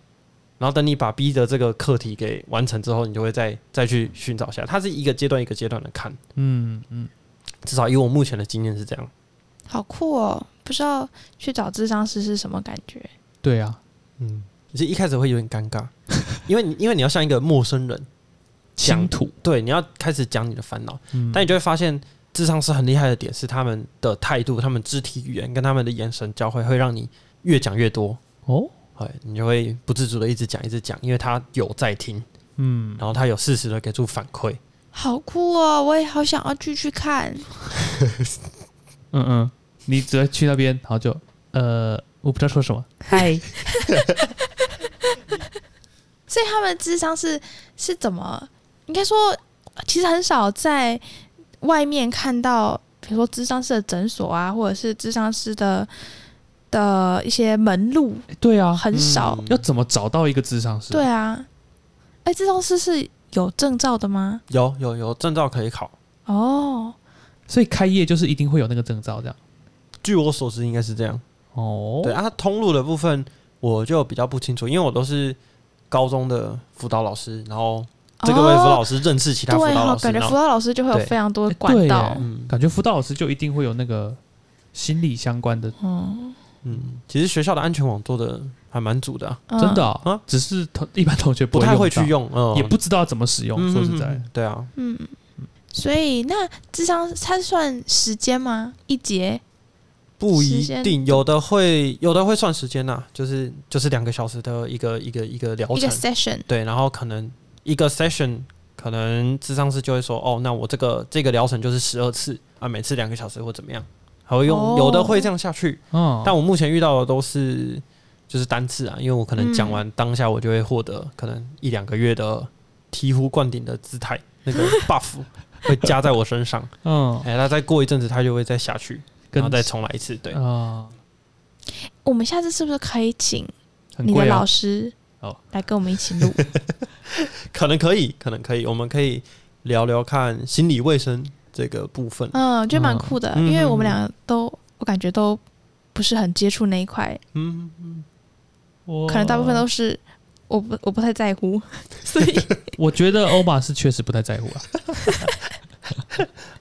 Speaker 1: 然后等你把 B 的这个课题给完成之后，你就会再再去寻找下，它是一个阶段一个阶段的看，
Speaker 2: 嗯嗯，
Speaker 1: 至少以我目前的经验是这样，
Speaker 3: 好酷哦！不知道去找智商师是什么感觉？
Speaker 2: 对啊，
Speaker 1: 嗯，其实一开始会有点尴尬，因为你因为你要像一个陌生人，
Speaker 2: 倾吐，
Speaker 1: 对，你要开始讲你的烦恼。
Speaker 2: 嗯
Speaker 1: 但你就会发现，智商是很厉害的点是他们的态度、他们肢体语言跟他们的眼神交汇，会让你越讲越多。
Speaker 2: 哦，
Speaker 1: 哎，你就会不自主的一直讲，一直讲，因为他有在听，
Speaker 2: 嗯，
Speaker 1: 然后他有适时的给出反馈。
Speaker 3: 好酷哦！我也好想要去去看。
Speaker 2: 嗯嗯，你只要去那边，然后就呃，我不知道说什么，
Speaker 3: 嗨， 所以他们智商是是怎么？应该说，其实很少在外面看到，比如说智商师的诊所啊，或者是智商师的的一些门路，
Speaker 2: 诶对啊，
Speaker 3: 很少。
Speaker 1: 嗯
Speaker 2: 要怎么找到一个智商师？
Speaker 3: 对，啊，哎、智商师是有证照的吗？
Speaker 1: 有有有证照可以考，
Speaker 3: 哦，
Speaker 2: 所以开业就是一定会有那个证照这样。
Speaker 1: 据我所知应该是这样。
Speaker 2: 哦，
Speaker 1: 对啊，通路的部分我就比较不清楚，因为我都是高中的辅导老师，然后这个位辅导
Speaker 3: 哦
Speaker 1: 老师认识其他辅
Speaker 3: 对
Speaker 1: 导
Speaker 3: 哦
Speaker 1: 老，师，
Speaker 3: 感觉
Speaker 1: 然
Speaker 3: 辅
Speaker 1: 后
Speaker 3: 导老师就会有
Speaker 1: 对
Speaker 3: 非常多的
Speaker 2: 诶
Speaker 3: 管
Speaker 2: 对
Speaker 3: 道
Speaker 2: 耶。
Speaker 1: 嗯
Speaker 2: 感觉辅导老师就一定会有那个心理相关的，
Speaker 3: 嗯，
Speaker 1: 嗯，其实学校的安全网做的还蛮足的啊、
Speaker 3: 嗯
Speaker 2: 真的、哦、
Speaker 1: 啊
Speaker 2: 只是同一般同学
Speaker 1: 不
Speaker 2: 会
Speaker 1: 太会
Speaker 2: 到
Speaker 1: 去，用，嗯，
Speaker 2: 也不知道怎么使用。
Speaker 1: 嗯
Speaker 2: 说实在，，
Speaker 1: 对啊，
Speaker 3: 嗯，所以那智商它算时间吗？一节？
Speaker 1: 不一
Speaker 3: 时间
Speaker 1: 定，有的会有的会算时间呐、就是就是两个小时的一个一个一个疗
Speaker 3: 一
Speaker 1: 程，
Speaker 3: 个 session，
Speaker 1: 对，然后可能一个 session，可能智商师就会说，哦，那我这个这个疗程就是十二次啊，每次两个小时或怎么样，还会用、
Speaker 3: 哦
Speaker 1: 有的会这样下去，
Speaker 2: 嗯，
Speaker 1: 但我目前遇到的都是就是单次啊，因为我可能
Speaker 3: 嗯
Speaker 1: 讲完当下我就会获得可能一两个月的醍醐灌顶的姿态，那 个 buff 会加在我身上，
Speaker 2: 嗯，
Speaker 1: 哎，那再过一阵子它就会再下去，然
Speaker 2: 跟
Speaker 1: 后再重来一次，对。
Speaker 2: 啊，
Speaker 3: 我们下次是不是可以请
Speaker 2: 很
Speaker 3: 你的
Speaker 2: 贵啊
Speaker 3: 老，师
Speaker 2: 哦
Speaker 3: 来跟我们一起 录？
Speaker 1: 可能可以，可能可以，我们可以聊聊看心理卫生这个部分。
Speaker 3: 嗯，觉得蛮酷的，
Speaker 1: 嗯
Speaker 3: 因为我们俩都我感觉都不是很接触那一块，
Speaker 1: 嗯，嗯
Speaker 2: 我
Speaker 3: 可能大部
Speaker 1: 哦
Speaker 3: 分都是我不我不太在乎， 所以
Speaker 2: 我觉得欧巴是确实不太在乎啊。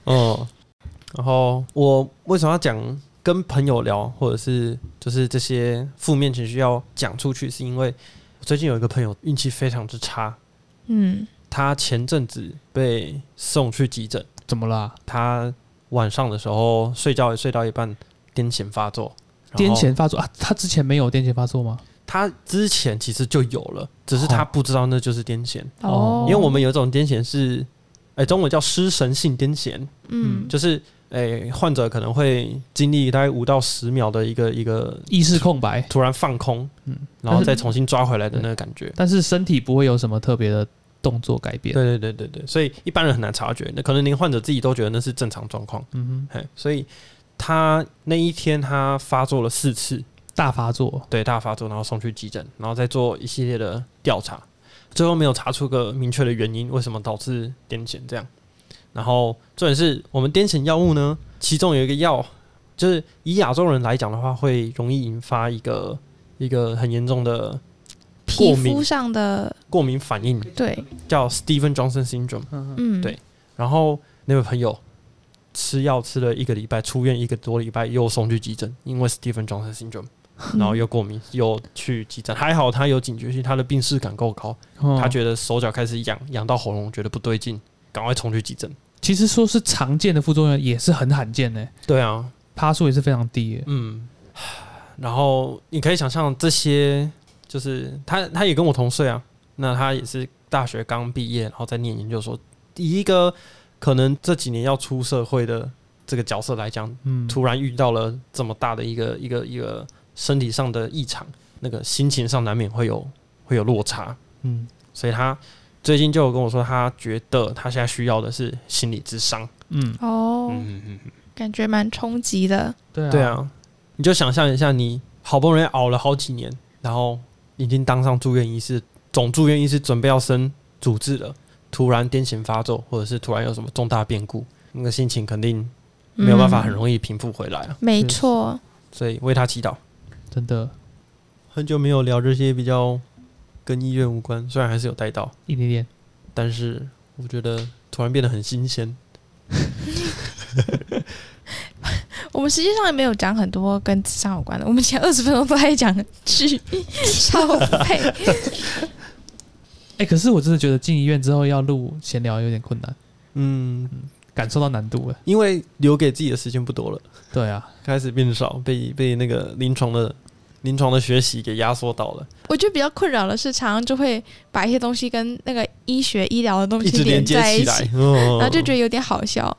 Speaker 1: 哦，然后我为什么要讲跟朋友聊，或者是就是这些负面情绪要讲出去，是因为我最近有一个朋友运气非常之差，
Speaker 3: 嗯，
Speaker 1: 他前阵子被送去急诊，
Speaker 2: 怎么啦？
Speaker 1: 他晚上的时候睡觉也睡到一半，癫痫发作。然
Speaker 2: 癫
Speaker 1: 后
Speaker 2: 痫发作啊？他之前没有癫痫发作吗？
Speaker 1: 他之前其实就有了，只是他
Speaker 2: 哦
Speaker 1: 不知道那就是癫痫。
Speaker 2: 哦
Speaker 3: 哦，
Speaker 1: 因为我们有一种癫痫是，哎、中文叫失神性癫痫，
Speaker 3: 嗯
Speaker 1: 就是哎、患者可能会经历大概五到十秒的一个一个
Speaker 2: 意识空白，
Speaker 1: 突然放空，
Speaker 2: 嗯
Speaker 1: 然后再重新抓回来的那个感觉。
Speaker 2: 但是身体不会有什么特别的动作改变。
Speaker 1: 对对对对对，所以一般人很难察觉，那可能连患者自己都觉得那是正常状况。
Speaker 2: 嗯
Speaker 1: 嘿，所以他那一天他发作了四次，
Speaker 2: 哼，大发作，
Speaker 1: 对大发作，然后送去急诊，然后再做一系列的调查，最后没有查出个明确的原因，为什么导致癫痫这样。然后重点是我们癫痫药物呢，其中有一个药，就是以亚洲人来讲的话，会容易引发一个一个很严重的
Speaker 3: 皮
Speaker 1: 过敏
Speaker 3: 肤上的
Speaker 1: 过敏反应，
Speaker 3: 对，
Speaker 1: 叫 Steven Johnson syndrome。
Speaker 3: 嗯，
Speaker 1: 对然后那位朋友吃药吃了一个礼拜，出院一个多礼拜，又送去急诊，因为 Steven Johnson syndrome。
Speaker 3: 嗯
Speaker 1: 然后又过敏，又去急诊。还好他有警觉性，他的病视感够高，他
Speaker 2: 他
Speaker 1: 觉得手脚开始痒，痒到喉咙，觉得不对劲，赶快冲去急诊。
Speaker 2: 其实说是常见的副作用，也是很罕见呢，
Speaker 1: 对啊，
Speaker 2: 趴数也是非常低耶。
Speaker 1: 嗯，然后你可以想象这些，就是他他也跟我同岁啊，那他也是大学刚毕业，然后在念研究所，以一个可能这几年要出社会的这个角色来讲，
Speaker 2: 嗯，
Speaker 1: 突然遇到了这么大的一个一个一个身体上的异常，那个心情上难免会有会有落差。
Speaker 2: 嗯
Speaker 1: 所以他最近就有跟我说，他觉得他现在需要的是心理智商。
Speaker 2: 嗯，
Speaker 3: 哦，
Speaker 1: 嗯嗯嗯，
Speaker 3: 感觉蛮冲击的。
Speaker 2: 对啊，
Speaker 1: 对，啊，你就想象一下，你好不容易熬了好几年，然后已经当上住院医师，总住院医师准备要升主治了，突然癫痫发作，或者是突然有什么重大变故，那个心情肯定没有办法很
Speaker 3: 易。
Speaker 1: 容易平复回来啊。
Speaker 3: 嗯没错，
Speaker 1: 所以为他祈祷。
Speaker 2: 真的，
Speaker 1: 很久没有聊这些比较跟医院无关，虽然还是有带到，
Speaker 2: 一点点，
Speaker 1: 但是我觉得突然变得很新鲜。
Speaker 3: 我们实际上也没有讲很多跟智商有关的， 我们前二十分钟都在讲去消费。
Speaker 2: 哎，可是我真的觉得进医院之后要录闲聊有点困难，
Speaker 1: 嗯，
Speaker 2: 感受到难度了。
Speaker 1: 因为留给自己的时间不多了，
Speaker 2: 对啊，
Speaker 1: 开始变少，被被那个临床的临床的学习给压缩到了，
Speaker 3: 我觉得比较困扰的是，常常就会把一些东西跟那个医学医疗的东
Speaker 1: 一
Speaker 3: 西
Speaker 1: 直连接
Speaker 3: 在一
Speaker 1: 起
Speaker 3: 起，
Speaker 1: 来，哦嗯然
Speaker 3: 然后就觉得有点好笑。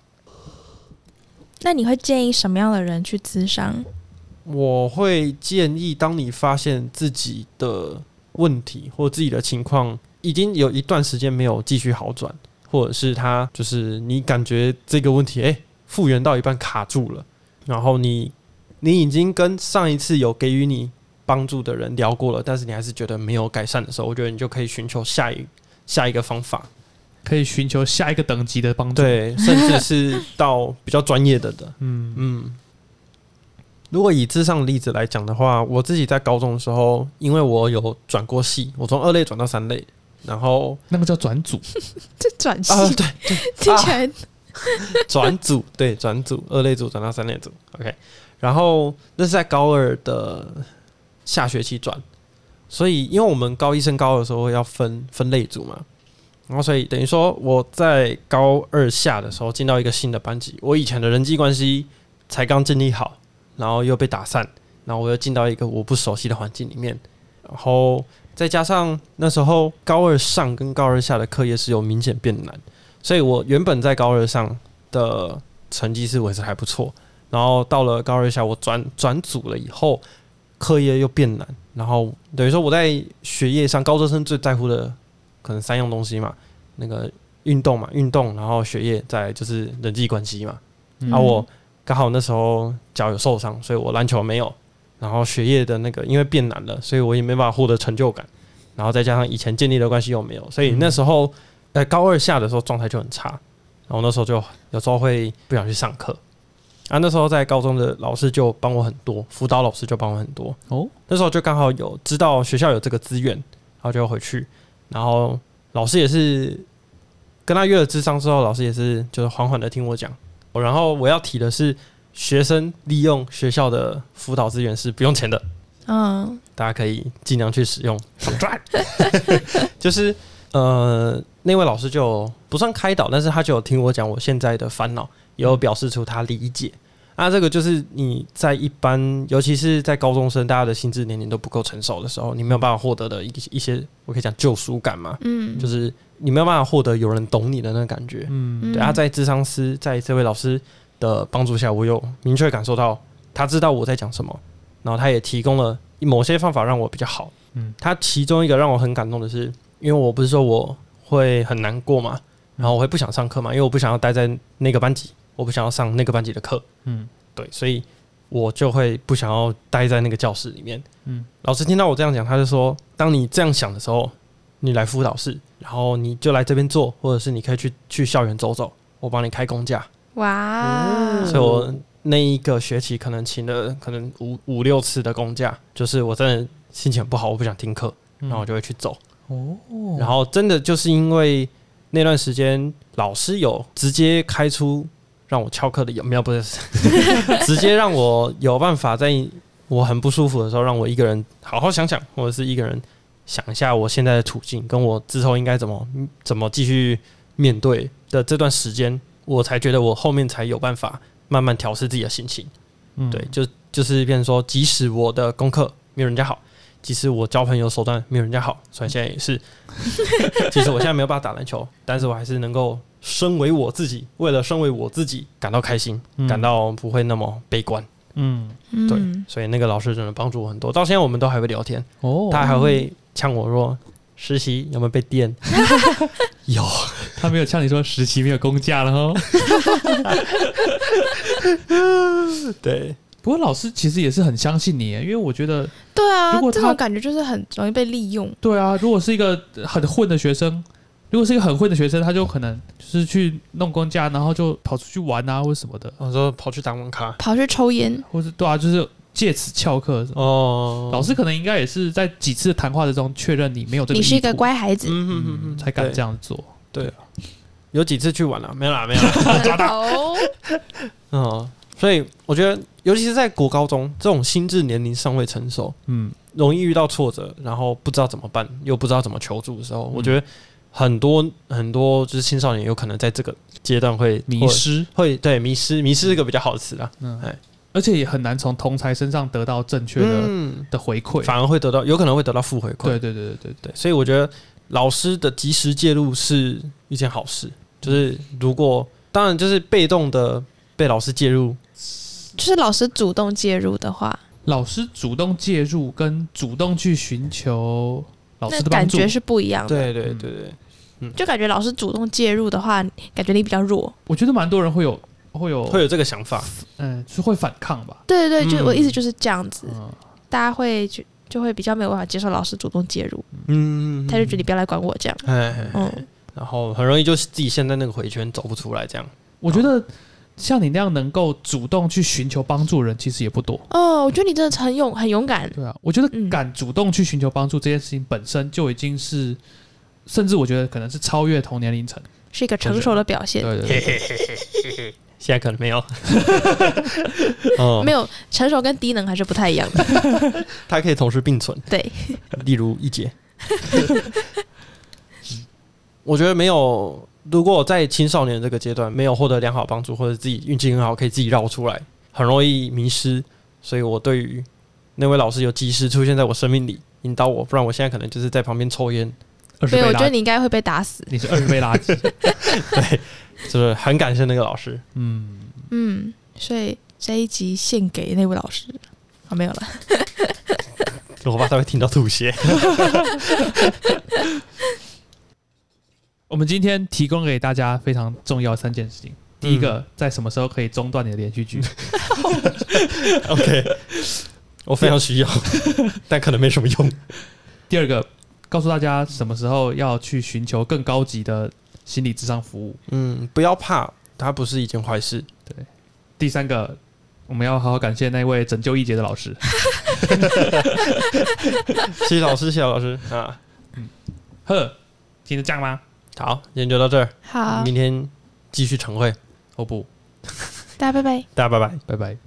Speaker 3: 那你会建议什么样的人去咨商？
Speaker 1: 我会建议，当你发现自己的问题或自己的情况已经有一段时间没有继续好转，或者是它就是你感觉这个问题诶复原到一半卡住了，然后你你已经跟上一次有给予你帮助的人聊过了，但是你还是觉得没有改善的时候，我觉得你就可以寻求下一下一个方法，
Speaker 2: 可以寻求下一个等级的帮助。，
Speaker 1: 对，甚至是到比较专业的的，
Speaker 2: 嗯，
Speaker 1: 嗯，如果以智上例子来讲的话，我自己在高中的时候，因为我有转过系，我从二类转到三类，然后
Speaker 2: 那个叫转组，
Speaker 3: 这转系、
Speaker 1: 啊、对，
Speaker 3: 听起来、
Speaker 1: 转组，对，转组，二类组转到三类组，OK，然后那是在高二的下学期转，所以因为我们高一升高二的时候要分分类组嘛，然后所以等于说我在高二下的时候进到一个新的班级，我以前的人际关系才刚建立好，然后又被打散，然后我又进到一个我不熟悉的环境里面，然后再加上那时候高二上跟高二下的课业是有明显变难，所以我原本在高二上的成绩是维持还不错，然后到了高二下我转转组了以后，课业又变难，然后等于说我在学业上，高中生最在乎的可能三样东西嘛，那个运动嘛，运动，然后学业，再来就是人际关系嘛。
Speaker 2: 嗯
Speaker 1: 啊，我刚好那时候脚有受伤，所以我篮球没有，然后学业的那个因为变难了，所以我也没办法获得成就感，然后再加上以前建立的关系又没有，所以那时候在高二下的时候状态就很差，然后那时候就有时候会不想去上课。啊，那时候在高中的老师就帮我很多，辅导老师就帮我很多，
Speaker 2: 哦，
Speaker 1: 那时候就刚好有知道学校有这个资源，然后就回去，然后老师也是跟他约了智商之后，老师也是就是缓缓的听我讲。哦然后我要提的是，学生利用学校的辅导资源是不用钱的，
Speaker 3: 嗯，
Speaker 1: 大家可以尽量去使用，爽赚。 就是呃，那位老师就不算开导，但是他就有听我讲我现在的烦恼，也有表示出他理解。那这个就是你在一般，尤其是在高中生，大家的心智年龄都不够成熟的时候，你没有办法获得的一一些，我可以讲救赎感嘛，
Speaker 3: 嗯，
Speaker 1: 就是你没有办法获得有人懂你的那个感觉。
Speaker 2: 嗯，
Speaker 3: 嗯
Speaker 1: 对，他在智商师在这位老师的帮助下，我有明确感受到他知道我在讲什么，然后他也提供了某些方法让我比较好。
Speaker 2: 嗯，
Speaker 1: 他其中一个让我很感动的是，因为我不是说我会很难过嘛，然后我会不想上课嘛，因为我不想要待在那个班级，我不想要上那个班级的课。
Speaker 2: 嗯，
Speaker 1: 对，所以我就会不想要待在那个教室里面。
Speaker 2: 嗯，
Speaker 1: 老师听到我这样讲，他就说：当你这样想的时候，你来辅导室，然后你就来这边做，或者是你可以去去校园走走，我帮你开工假。
Speaker 3: 哇，哦
Speaker 1: 所以
Speaker 2: 嗯
Speaker 1: 我那一个学期可能请了可能五五六次的公假，就是我真的心情不好，我不想听课，
Speaker 2: 嗯
Speaker 1: 然后我就会去走。
Speaker 2: 哦，
Speaker 1: 然后真的就是因为那段时间，老师有直接开出让我翘课的有没有？不是， 直接让我有办法在我很不舒服的时候，让我一个人好好想想，或者是一个人想一下我现在的处境，跟我之后应该怎么怎么继续面对的这段时间，我才觉得我后面才有办法慢慢调试自己的心情。
Speaker 2: 嗯
Speaker 1: 对，就就是变成说，即使我的功课没有人家好，即使我交朋友手段没有人家好，虽然现在也是， 即使我现在没有办法打篮球，但是我还是能够身为我自己，为了身为我自己感到开心，
Speaker 2: 嗯
Speaker 1: 感到不会那么悲观。
Speaker 2: 嗯，
Speaker 1: 对
Speaker 3: 嗯，
Speaker 1: 所以那个老师真的帮助我很多，到现在我们都还会聊天，
Speaker 2: 哦，
Speaker 1: 他还会呛我说。实习有没有被 电？有，
Speaker 2: 他没有像你说实习没有公假了哦。
Speaker 1: 对，
Speaker 2: 不过老师其实也是很相信你耶，因为我觉得，
Speaker 3: 对啊
Speaker 2: 如果，
Speaker 3: 这
Speaker 2: 他
Speaker 3: 种感觉就是很容易被利用。
Speaker 2: 对啊，如果是一个很混的学生，如果是一个很混的学生，他就可能就是去弄公假，然后就跑出去玩啊，或者什么的，
Speaker 1: 我说跑去打网咖
Speaker 3: 跑去抽烟，
Speaker 2: 或是对啊，就是借此翘课什么。
Speaker 1: 哦，
Speaker 2: 老师可能应该也是在几次谈话之中确认你没有这个，
Speaker 3: 你是一个，乖孩子，
Speaker 1: 嗯哼哼
Speaker 2: 嗯，
Speaker 1: 哼，
Speaker 2: 才敢
Speaker 1: 对
Speaker 2: 这。样做。
Speaker 1: 有几次去玩了、啊没有啦，没有啦。
Speaker 3: 头
Speaker 1: 嗯，所以我觉得，尤其是在国高中这种心智年龄尚未成熟，
Speaker 2: 嗯，
Speaker 1: 容易遇到挫折，然后不知道怎么办，又不知道怎么求助的时候，
Speaker 2: 嗯
Speaker 1: 我觉得很多很多就是青少年有可能在这个阶段会
Speaker 2: 迷，失，
Speaker 1: 会会对迷失，迷失是个比较好的词啦。
Speaker 2: 嗯
Speaker 1: 哎，
Speaker 2: 而且也很难从同才身上得到正确的、
Speaker 1: 嗯，
Speaker 2: 的回馈。
Speaker 1: 反而会得到，有可能会得到负回馈。
Speaker 2: 对对对对对对，
Speaker 1: 对，所以我觉得老师的及时介入是一件好事。就是如果当然就是被动的被老师介入，
Speaker 3: 就是老师主动介入的话，
Speaker 2: 老师主动介入跟主动去寻求老
Speaker 3: 那
Speaker 2: 师的帮
Speaker 3: 感
Speaker 2: 助，
Speaker 3: 觉是不一样的。
Speaker 1: 对对对对，
Speaker 3: 就感觉老师主动介入的话，感觉你比较弱。
Speaker 2: 我觉得蛮多人会有会有
Speaker 1: 会有这个想法。
Speaker 2: 嗯，是会反抗吧？
Speaker 3: 对对对，就
Speaker 1: 嗯
Speaker 3: 我意思就是这样子，
Speaker 2: 嗯，
Speaker 3: 大家会就就会比较没有办法接受老师主动介入，
Speaker 2: 哦
Speaker 1: 嗯，
Speaker 3: 他就觉得你不要来管我这样。
Speaker 1: 哎，哎，哎
Speaker 3: 嗯，
Speaker 1: 然后很容易就是自己陷在那个回圈，走不出来这样。
Speaker 2: 我觉得像你那样能够主动去寻求帮助的人，其实也不多。
Speaker 3: 哦，我觉得你真的很勇很勇敢，
Speaker 2: 对啊，我觉得
Speaker 3: 嗯
Speaker 2: 敢主动去寻求帮助这件事情本身就已经是，甚至我觉得可能是超越同年龄层。
Speaker 3: 是一个成熟的表现
Speaker 2: 对。对对，
Speaker 1: 现在可能没 有，哦
Speaker 3: 没，有成熟跟低能还是不太一样的，
Speaker 1: 它可以同时并存，
Speaker 3: 对，
Speaker 1: 例如一节。 我觉得没有，如果在青少年这个阶段没有获得良好帮助，或者自己运气很好，可以自己绕出来，很容易迷失。所以我对于那位老师有及时出现在我生命里，引导我，不然我现在可能就是在旁边抽烟。
Speaker 2: 二十
Speaker 3: 所以
Speaker 2: 倍
Speaker 3: 我
Speaker 2: 垃
Speaker 3: 觉得你应该会被打死。
Speaker 2: 你是二十倍垃圾。
Speaker 1: 对，就是很感谢那个老师。
Speaker 2: 嗯，
Speaker 3: 嗯，所以这一集献给那位老师。啊，没有了，
Speaker 1: 我怕他会听到吐血。
Speaker 3: 嗯
Speaker 2: 我们今天提供给大家非常重要的三件事情。第一个，在什么时候可以中断你的连续剧？
Speaker 1: OK，我非常需 要，但可能没什么用。
Speaker 2: 第二个，告诉大家什么时候要去寻求更高级的心理智商服务。
Speaker 1: 嗯，不要怕，它不是一件坏事。
Speaker 2: 第三个，我们要好好感谢那位拯救一杰的老师。
Speaker 1: 谢谢老师，谢谢老师啊。
Speaker 2: 呵，今天这样吗？
Speaker 1: 好，今天就到这儿，
Speaker 3: 好，
Speaker 1: 明天继续晨会，
Speaker 2: 哦不，
Speaker 3: 大家拜拜。
Speaker 1: 大家拜拜。
Speaker 2: 拜拜。